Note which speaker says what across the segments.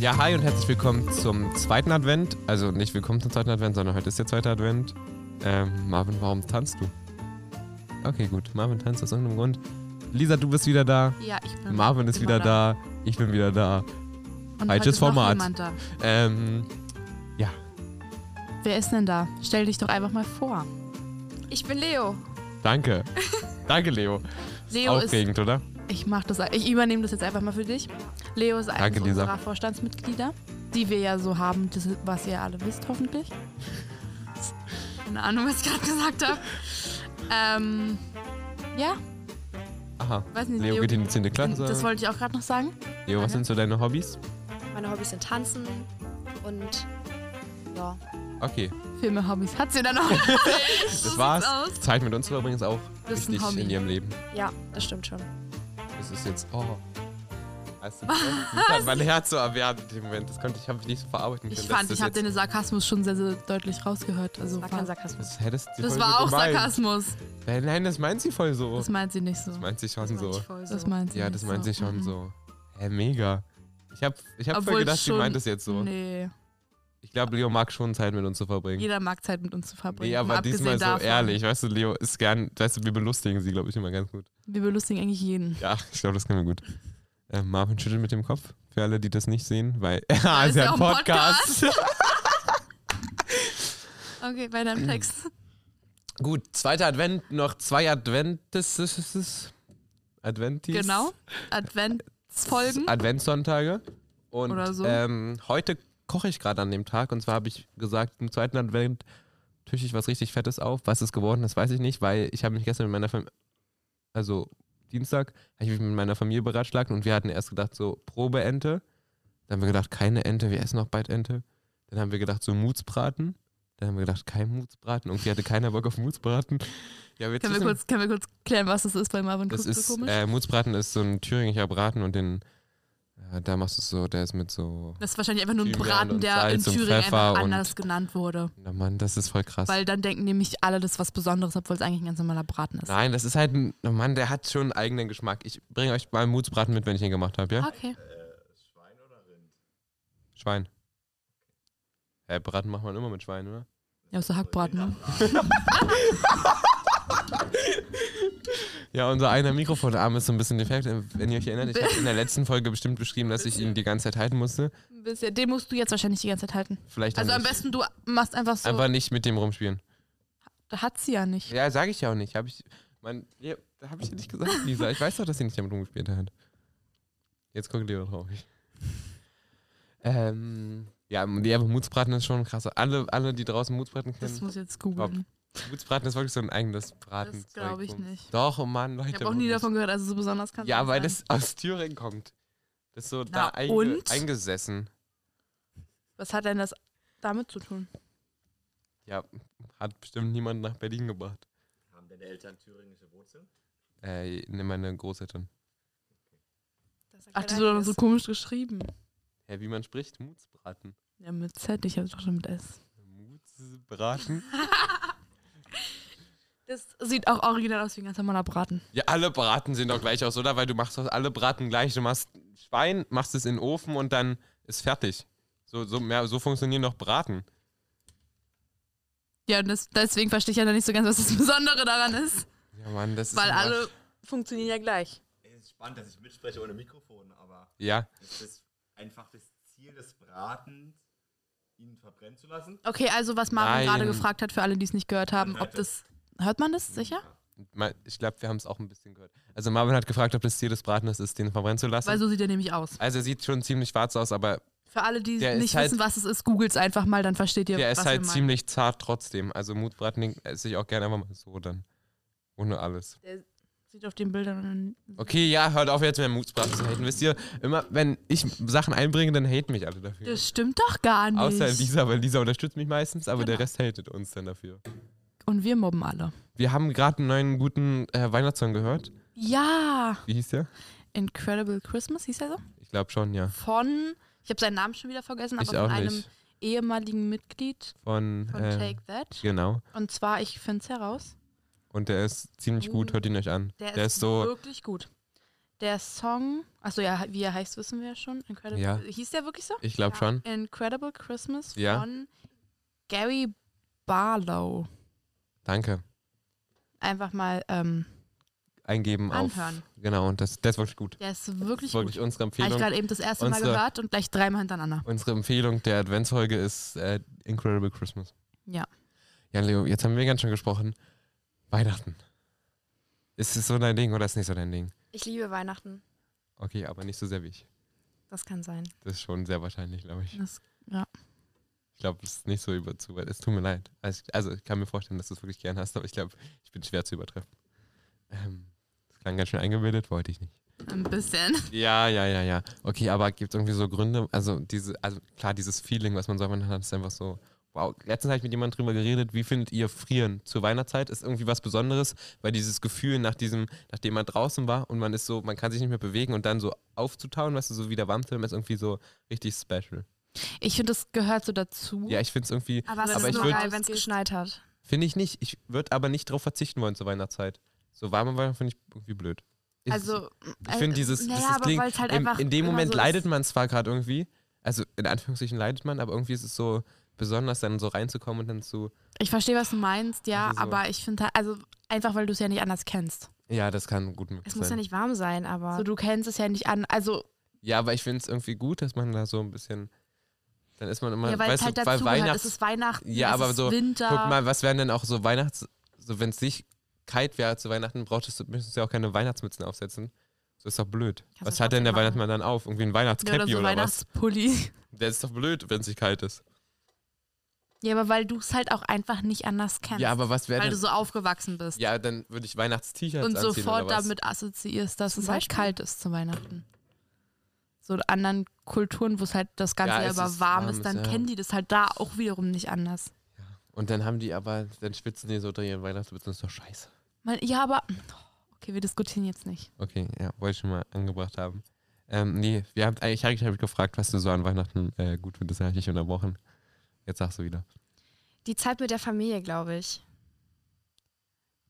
Speaker 1: Ja, hi und herzlich willkommen zum zweiten Advent. Also nicht willkommen zum zweiten Advent, sondern heute ist der zweite Advent. Ähm, Marvin, warum tanzt du? Okay, gut. Marvin tanzt aus irgendeinem Grund. Lisa, du bist wieder da.
Speaker 2: Ja, ich bin
Speaker 1: Marvin ist
Speaker 2: immer
Speaker 1: wieder da. Ich bin wieder da.
Speaker 2: Und
Speaker 1: Falsches
Speaker 2: heute ist noch
Speaker 1: Format.
Speaker 2: jemand Da.
Speaker 1: Ähm,
Speaker 2: Wer ist denn da? Stell dich doch einfach mal vor.
Speaker 3: Ich bin Leo.
Speaker 1: danke. danke, Leo.
Speaker 2: Leo ist.
Speaker 1: Aufregend, oder?
Speaker 2: Ich mach das. Ich übernehme das jetzt einfach mal für dich. Leo ist eines
Speaker 1: Danke, Lisa.
Speaker 2: unserer Vorstandsmitglieder, die wir ja so haben, das, ist- was ihr alle wisst, hoffentlich. Keine Ahnung, was ich gerade gesagt habe. Ähm, ja,
Speaker 1: Aha.
Speaker 2: weiß nicht.
Speaker 1: Leo geht Also- in die 10. Klasse.
Speaker 2: Das wollte ich auch gerade noch sagen. ne?
Speaker 1: Leo, was sind so deine Hobbys?
Speaker 3: Meine Hobbys sind Tanzen und ja.
Speaker 1: Okay,
Speaker 2: Filme, Hobbys. Hat sie dann auch.
Speaker 1: das war's.
Speaker 2: aus.
Speaker 1: Zeit mit uns war übrigens auch
Speaker 2: Das ist ein
Speaker 1: wichtig
Speaker 2: Hobby.
Speaker 1: in ihrem Leben.
Speaker 3: Ja, das stimmt schon.
Speaker 1: Das ist jetzt. Oh. Weißt du, das hat mein Herz so erwärmt in dem Moment. Das konnte ich, habe ich nicht so verarbeiten können. dass
Speaker 2: Ich fand,
Speaker 1: das
Speaker 2: ich habe
Speaker 1: jetzt-
Speaker 2: den Sarkasmus schon sehr, sehr deutlich rausgehört. Also
Speaker 3: War
Speaker 2: war-
Speaker 3: kein Sarkasmus.
Speaker 1: Das hättest du
Speaker 2: Das
Speaker 1: voll
Speaker 2: war
Speaker 1: so
Speaker 2: auch
Speaker 1: gemeint.
Speaker 2: Sarkasmus.
Speaker 1: Nein, nein, das meint sie voll so.
Speaker 2: Das meint sie nicht so.
Speaker 1: Oh. Das meint sie schon
Speaker 3: Das meinte
Speaker 1: so.
Speaker 3: ich voll so.
Speaker 2: Das meint sie
Speaker 1: Ja,
Speaker 2: nicht
Speaker 1: das meint sie schon
Speaker 2: Mhm.
Speaker 1: so. Hä, mega. Ich habe ich hab voll
Speaker 2: Obwohl
Speaker 1: gedacht, sie
Speaker 2: schon-
Speaker 1: meint es jetzt so.
Speaker 2: Nee,
Speaker 1: Ich glaube, Leo mag schon Zeit mit uns zu verbringen.
Speaker 2: jeder mag Zeit mit uns zu verbringen.
Speaker 1: Nee,
Speaker 2: mal
Speaker 1: aber
Speaker 2: abgesehen
Speaker 1: diesmal so
Speaker 2: davon.
Speaker 1: ehrlich. Weißt du, Leo ist gern, weißt du, wir belustigen sie, glaube ich, immer ganz gut.
Speaker 2: Wir belustigen eigentlich jeden.
Speaker 1: Ja, ich glaube, das können wir gut. Äh, Marvin schüttelt mit dem Kopf, für alle, die das nicht sehen, weil es ist
Speaker 2: ist
Speaker 1: ja
Speaker 2: ja
Speaker 1: ein
Speaker 2: auch ein Podcast.
Speaker 1: Podcast.
Speaker 2: Okay, weiter im Text.
Speaker 1: Gut, zweiter Advent, noch zwei Adventes. Adventis.
Speaker 2: genau. Adventsfolgen.
Speaker 1: Adventssonntage. Und
Speaker 2: Oder so.
Speaker 1: ähm, heute koche ich gerade an dem Tag. Und zwar habe ich gesagt, im zweiten Advent tische ich was richtig Fettes auf. Was es geworden ist, weiß ich nicht, weil ich habe mich gestern mit meiner Familie, also Dienstag, habe ich mich mit meiner Familie beratschlagt und wir hatten erst gedacht, so Probeente. Dann haben wir gedacht, keine Ente, wir essen auch bald Ente. Dann haben wir gedacht, so Mutsbraten. Dann haben wir gedacht, kein Mutsbraten. Irgendwie hatte keiner Bock auf Mutsbraten. Ja, jetzt
Speaker 2: Können wir,
Speaker 1: wissen-
Speaker 2: kurz, können wir kurz klären, was das ist, weil Marvin
Speaker 1: das
Speaker 2: guckt
Speaker 1: ist,
Speaker 2: so komisch?
Speaker 1: äh, Mutzbraten ist so ein thüringischer Braten und den, äh, da machst du es so, der ist mit so,
Speaker 2: das ist wahrscheinlich einfach nur ein
Speaker 1: Thymian
Speaker 2: Braten,
Speaker 1: und
Speaker 2: der
Speaker 1: Salz
Speaker 2: in
Speaker 1: und
Speaker 2: Thüringen
Speaker 1: Pfeffer
Speaker 2: einfach
Speaker 1: und-
Speaker 2: anders genannt wurde.
Speaker 1: na Mann, das ist voll krass.
Speaker 2: Weil dann denken nämlich alle, das ist was Besonderes, obwohl es eigentlich ein ganz normaler Braten ist.
Speaker 1: Nein, das ist halt ein, na Mann, der hat schon einen eigenen Geschmack. Ich bringe euch mal einen Mutzbraten mit, wenn ich ihn gemacht habe, ja?
Speaker 2: Okay.
Speaker 1: Schwein. Hä, Braten macht man immer mit Schwein, oder?
Speaker 2: Ja, so Hackbraten. ne?
Speaker 1: Ja, unser einer Mikrofonarm ist so ein bisschen defekt. Äh, Wenn ihr euch erinnert, ich habe in der letzten Folge bestimmt beschrieben, dass ich ihn die ganze Zeit halten musste.
Speaker 2: Ein bisschen. Den musst du jetzt wahrscheinlich die ganze Zeit halten.
Speaker 1: Vielleicht
Speaker 2: Also
Speaker 1: auch
Speaker 2: am
Speaker 1: nicht.
Speaker 2: besten du machst einfach so.
Speaker 1: Einfach nicht mit dem rumspielen.
Speaker 2: hat sie ja nicht.
Speaker 1: Ja, sage ich ja auch nicht. Hab ich, mein, ja, hab ich ja nicht gesagt, Lisa. Ich weiß doch, dass sie nicht damit rumgespielt hat. Jetzt guckt Leo traurig. Ähm, ja, die Erbe Mutsbraten ist schon krass. Alle, alle, die draußen Mutsbraten
Speaker 2: Das
Speaker 1: kennen,
Speaker 2: muss ich jetzt googeln.
Speaker 1: Mutsbraten ist wirklich so ein eigenes Braten.
Speaker 2: glaub ich nicht.
Speaker 1: Doch, oh Mann, Leute.
Speaker 2: Ich habe auch nie
Speaker 1: wirklich.
Speaker 2: davon gehört, also so besonders kann
Speaker 1: Ja, weil das aus Thüringen kommt. Das ist so da
Speaker 2: Na,
Speaker 1: einge
Speaker 2: und?
Speaker 1: eingesessen.
Speaker 2: Was hat denn das damit zu tun?
Speaker 1: Ja, hat bestimmt niemand nach Berlin gebracht.
Speaker 4: Haben deine Eltern thüringische Wurzeln?
Speaker 1: Äh, ne, meine Großeltern.
Speaker 2: Ach, das wurde so komisch geschrieben.
Speaker 1: Hä, wie man spricht? Mutsbraten.
Speaker 2: Ja, mit Z, ich hatte doch schon mit S.
Speaker 1: Mutsbraten?
Speaker 2: Das sieht auch original aus wie ein ganz normaler Braten.
Speaker 1: Ja, alle Braten sehen doch gleich aus, oder? Weil du machst doch alle Braten gleich. Du machst Schwein, machst es in den Ofen und dann ist fertig. So, so, mehr, so funktionieren doch Braten.
Speaker 2: Ja, und das, deswegen verstehe ich ja noch nicht so ganz, was das Besondere daran ist.
Speaker 1: Ja, Mann, das
Speaker 2: Weil
Speaker 1: ist.
Speaker 2: alle funktionieren ja gleich.
Speaker 4: Es ist spannend, dass ich mitspreche ohne Mikrofon, aber
Speaker 1: Ja.
Speaker 4: es ist einfach das Ziel des Bratens, ihn verbrennen zu lassen.
Speaker 2: Okay, also was
Speaker 1: Nein.
Speaker 2: Marvin gerade gefragt hat, für alle, die es nicht gehört haben, ob das... Hört man das,
Speaker 1: Also
Speaker 2: sicher?
Speaker 1: Ma- Ich glaube, wir haben es auch ein bisschen gehört. Also, Marvin hat gefragt, ob das Ziel des Bratens ist, den verbrennen zu lassen.
Speaker 2: Weil so sieht er nämlich aus.
Speaker 1: also, er sieht schon ziemlich schwarz aus, aber
Speaker 2: Für alle, die
Speaker 1: Der
Speaker 2: nicht
Speaker 1: ist halt-
Speaker 2: wissen, was es ist, googelt's einfach mal, dann versteht ihr,
Speaker 1: der
Speaker 2: was
Speaker 1: ist
Speaker 2: wir
Speaker 1: halt
Speaker 2: meinen.
Speaker 1: ziemlich zart trotzdem. Also, Mutbraten den esse ich auch gerne einfach mal so dann. Ohne alles.
Speaker 2: Sieht auf den Bildern...
Speaker 1: Okay, ja, hört auf jetzt mit dem Mutsbraten zu haten. Wisst ihr, immer wenn ich Sachen einbringe, dann haten mich alle dafür.
Speaker 2: Das stimmt doch gar nicht.
Speaker 1: Außer Lisa, weil Lisa unterstützt mich meistens, aber der
Speaker 2: Genau.
Speaker 1: Rest hatet uns dann dafür.
Speaker 2: Und wir mobben alle.
Speaker 1: Wir haben gerade einen neuen guten äh, Weihnachtssong gehört.
Speaker 2: Ja.
Speaker 1: Wie hieß der?
Speaker 2: Incredible Christmas hieß er so.
Speaker 1: Ich glaube schon, ja.
Speaker 2: Von, ich habe seinen Namen schon wieder vergessen, aber
Speaker 1: Ich
Speaker 2: von
Speaker 1: auch
Speaker 2: einem
Speaker 1: nicht.
Speaker 2: ehemaligen Mitglied
Speaker 1: Von,
Speaker 2: von
Speaker 1: äh,
Speaker 2: Take That.
Speaker 1: genau.
Speaker 2: Und zwar, ich finde es heraus,
Speaker 1: Und der ist ziemlich gut,
Speaker 2: Uh,
Speaker 1: hört ihn euch an.
Speaker 2: der,
Speaker 1: Der ist so,
Speaker 2: wirklich gut. der Song, achso, ja, wie er heißt, wissen wir ja schon. Incredible.
Speaker 1: Ja.
Speaker 2: Hieß der wirklich so?
Speaker 1: Ich glaube schon.
Speaker 2: Incredible Christmas
Speaker 1: Ja.
Speaker 2: von Gary Barlow.
Speaker 1: Danke.
Speaker 2: Einfach mal, ähm,
Speaker 1: Eingeben
Speaker 2: Anhören.
Speaker 1: auf. Genau, und das, das ist wirklich gut.
Speaker 2: der ist
Speaker 1: Das
Speaker 2: wirklich
Speaker 1: ist
Speaker 2: gut.
Speaker 1: wirklich unsere
Speaker 2: Habe ich
Speaker 1: Empfehlung.
Speaker 2: gerade eben das erste Mal
Speaker 1: Unsere-
Speaker 2: gehört und gleich dreimal hintereinander.
Speaker 1: Unsere Empfehlung der Adventsfolge ist äh, Incredible Christmas.
Speaker 2: Ja.
Speaker 1: Ja, Leo, jetzt haben wir ganz schön gesprochen. Weihnachten. Ist es so dein Ding oder ist es nicht so dein Ding?
Speaker 3: Ich liebe Weihnachten.
Speaker 1: Okay, aber nicht so sehr wie ich.
Speaker 3: Das kann sein.
Speaker 1: Das ist schon sehr wahrscheinlich, glaube ich.
Speaker 2: Das,
Speaker 1: Ich glaube, es ist nicht so über zu weit. Es tut mir leid. Also ich, also ich kann mir vorstellen, dass du es wirklich gern hast, aber ich glaube, ich bin schwer zu übertreffen. Ähm, das klang ganz schön eingebildet, wollte ich nicht.
Speaker 2: ein bisschen.
Speaker 1: Ja, ja, ja, ja. Okay, aber gibt es irgendwie so Gründe? Also diese, also klar, dieses Feeling, was man so man hat, ist einfach so. Wow, letztens habe ich mit jemandem drüber geredet, wie findet ihr Frieren zur Weihnachtszeit? Ist irgendwie was Besonderes, weil dieses Gefühl nach diesem, nachdem man draußen war und man ist so, man kann sich nicht mehr bewegen und dann so aufzutauen, weißt du, so wieder warm zu werden, ist irgendwie so richtig special.
Speaker 2: Ich finde, das gehört so dazu.
Speaker 1: Ja, ich finde es irgendwie,
Speaker 3: Aber es
Speaker 1: Aber
Speaker 3: ist
Speaker 1: ich
Speaker 3: nur
Speaker 1: würd-
Speaker 3: geil, wenn es geschneit hat.
Speaker 1: finde ich nicht, ich würde aber nicht drauf verzichten wollen zur Weihnachtszeit. So warme Weihnachten finde ich irgendwie blöd. Ist-
Speaker 2: also,
Speaker 1: Ich finde dieses,
Speaker 2: naja,
Speaker 1: dieses
Speaker 2: aber
Speaker 1: Ding,
Speaker 2: weil's halt
Speaker 1: im,
Speaker 2: einfach
Speaker 1: in dem
Speaker 2: immer
Speaker 1: Moment
Speaker 2: so
Speaker 1: leidet
Speaker 2: ist.
Speaker 1: man zwar gerade irgendwie, also in Anführungsstrichen leidet man, aber irgendwie ist es so besonders, dann so reinzukommen und dann zu,
Speaker 2: Ich verstehe, was du meinst, ja,
Speaker 1: Also so.
Speaker 2: aber ich finde halt, also einfach, weil du es ja nicht anders kennst.
Speaker 1: ja, das kann gut möglich
Speaker 3: Es muss ja
Speaker 1: sein.
Speaker 3: nicht warm sein, aber
Speaker 2: So, du kennst es ja nicht an, also,
Speaker 1: Ja, aber ich finde es irgendwie gut, dass man da so ein bisschen, dann ist man immer,
Speaker 2: ja, weil es
Speaker 1: weißt
Speaker 2: halt
Speaker 1: du, weil
Speaker 2: dazu gehört. Es
Speaker 1: Weihnachts,
Speaker 2: ist Weihnachten,
Speaker 1: Ja,
Speaker 2: es
Speaker 1: aber
Speaker 2: ist
Speaker 1: so,
Speaker 2: Winter.
Speaker 1: guck mal, was wären denn auch so Weihnachts, so wenn es nicht kalt wäre zu Weihnachten, brauchtest du, müsstest du ja auch keine Weihnachtsmützen aufsetzen. So ist doch blöd.
Speaker 3: Kannst du
Speaker 1: was hat denn der
Speaker 3: trotzdem machen.
Speaker 1: Weihnachtsmann dann auf? Irgendwie ein
Speaker 2: ja, oder
Speaker 1: Weihnachtskäppi
Speaker 2: so
Speaker 1: oder, was?
Speaker 2: Weihnachtspulli.
Speaker 1: Der ist doch blöd, wenn es nicht kalt ist.
Speaker 2: Ja, aber weil du es halt auch einfach nicht anders kennst.
Speaker 1: Ja, aber was wäre
Speaker 2: weil
Speaker 1: denn
Speaker 2: du so aufgewachsen bist.
Speaker 1: Ja, dann würde ich Weihnachtst-T-Shirts
Speaker 2: und
Speaker 1: anziehen
Speaker 2: sofort
Speaker 1: oder was?
Speaker 2: damit assoziierst, dass
Speaker 3: Zum
Speaker 2: es halt
Speaker 3: Beispiel?
Speaker 2: kalt ist zu Weihnachten. So in anderen Kulturen, wo es halt das ganze
Speaker 1: Ja,
Speaker 2: Jahr
Speaker 1: es
Speaker 2: über
Speaker 1: ist
Speaker 2: warm
Speaker 1: warm,
Speaker 2: ist, dann
Speaker 1: ja.
Speaker 2: kennen die das halt da auch wiederum nicht anders.
Speaker 1: Und dann haben die aber, dann schwitzen die so drehen, Weihnachtsmützen ist doch scheiße.
Speaker 2: Man, ja, aber okay, wir diskutieren jetzt nicht.
Speaker 1: Okay, ja, wollte ich schon mal angebracht haben. Ähm, nee, wir haben eigentlich, eigentlich habe ich gefragt, was du so an Weihnachten äh, gut findest, dann habe ich dich unterbrochen. Jetzt sagst du wieder.
Speaker 3: die Zeit mit der Familie, glaube ich.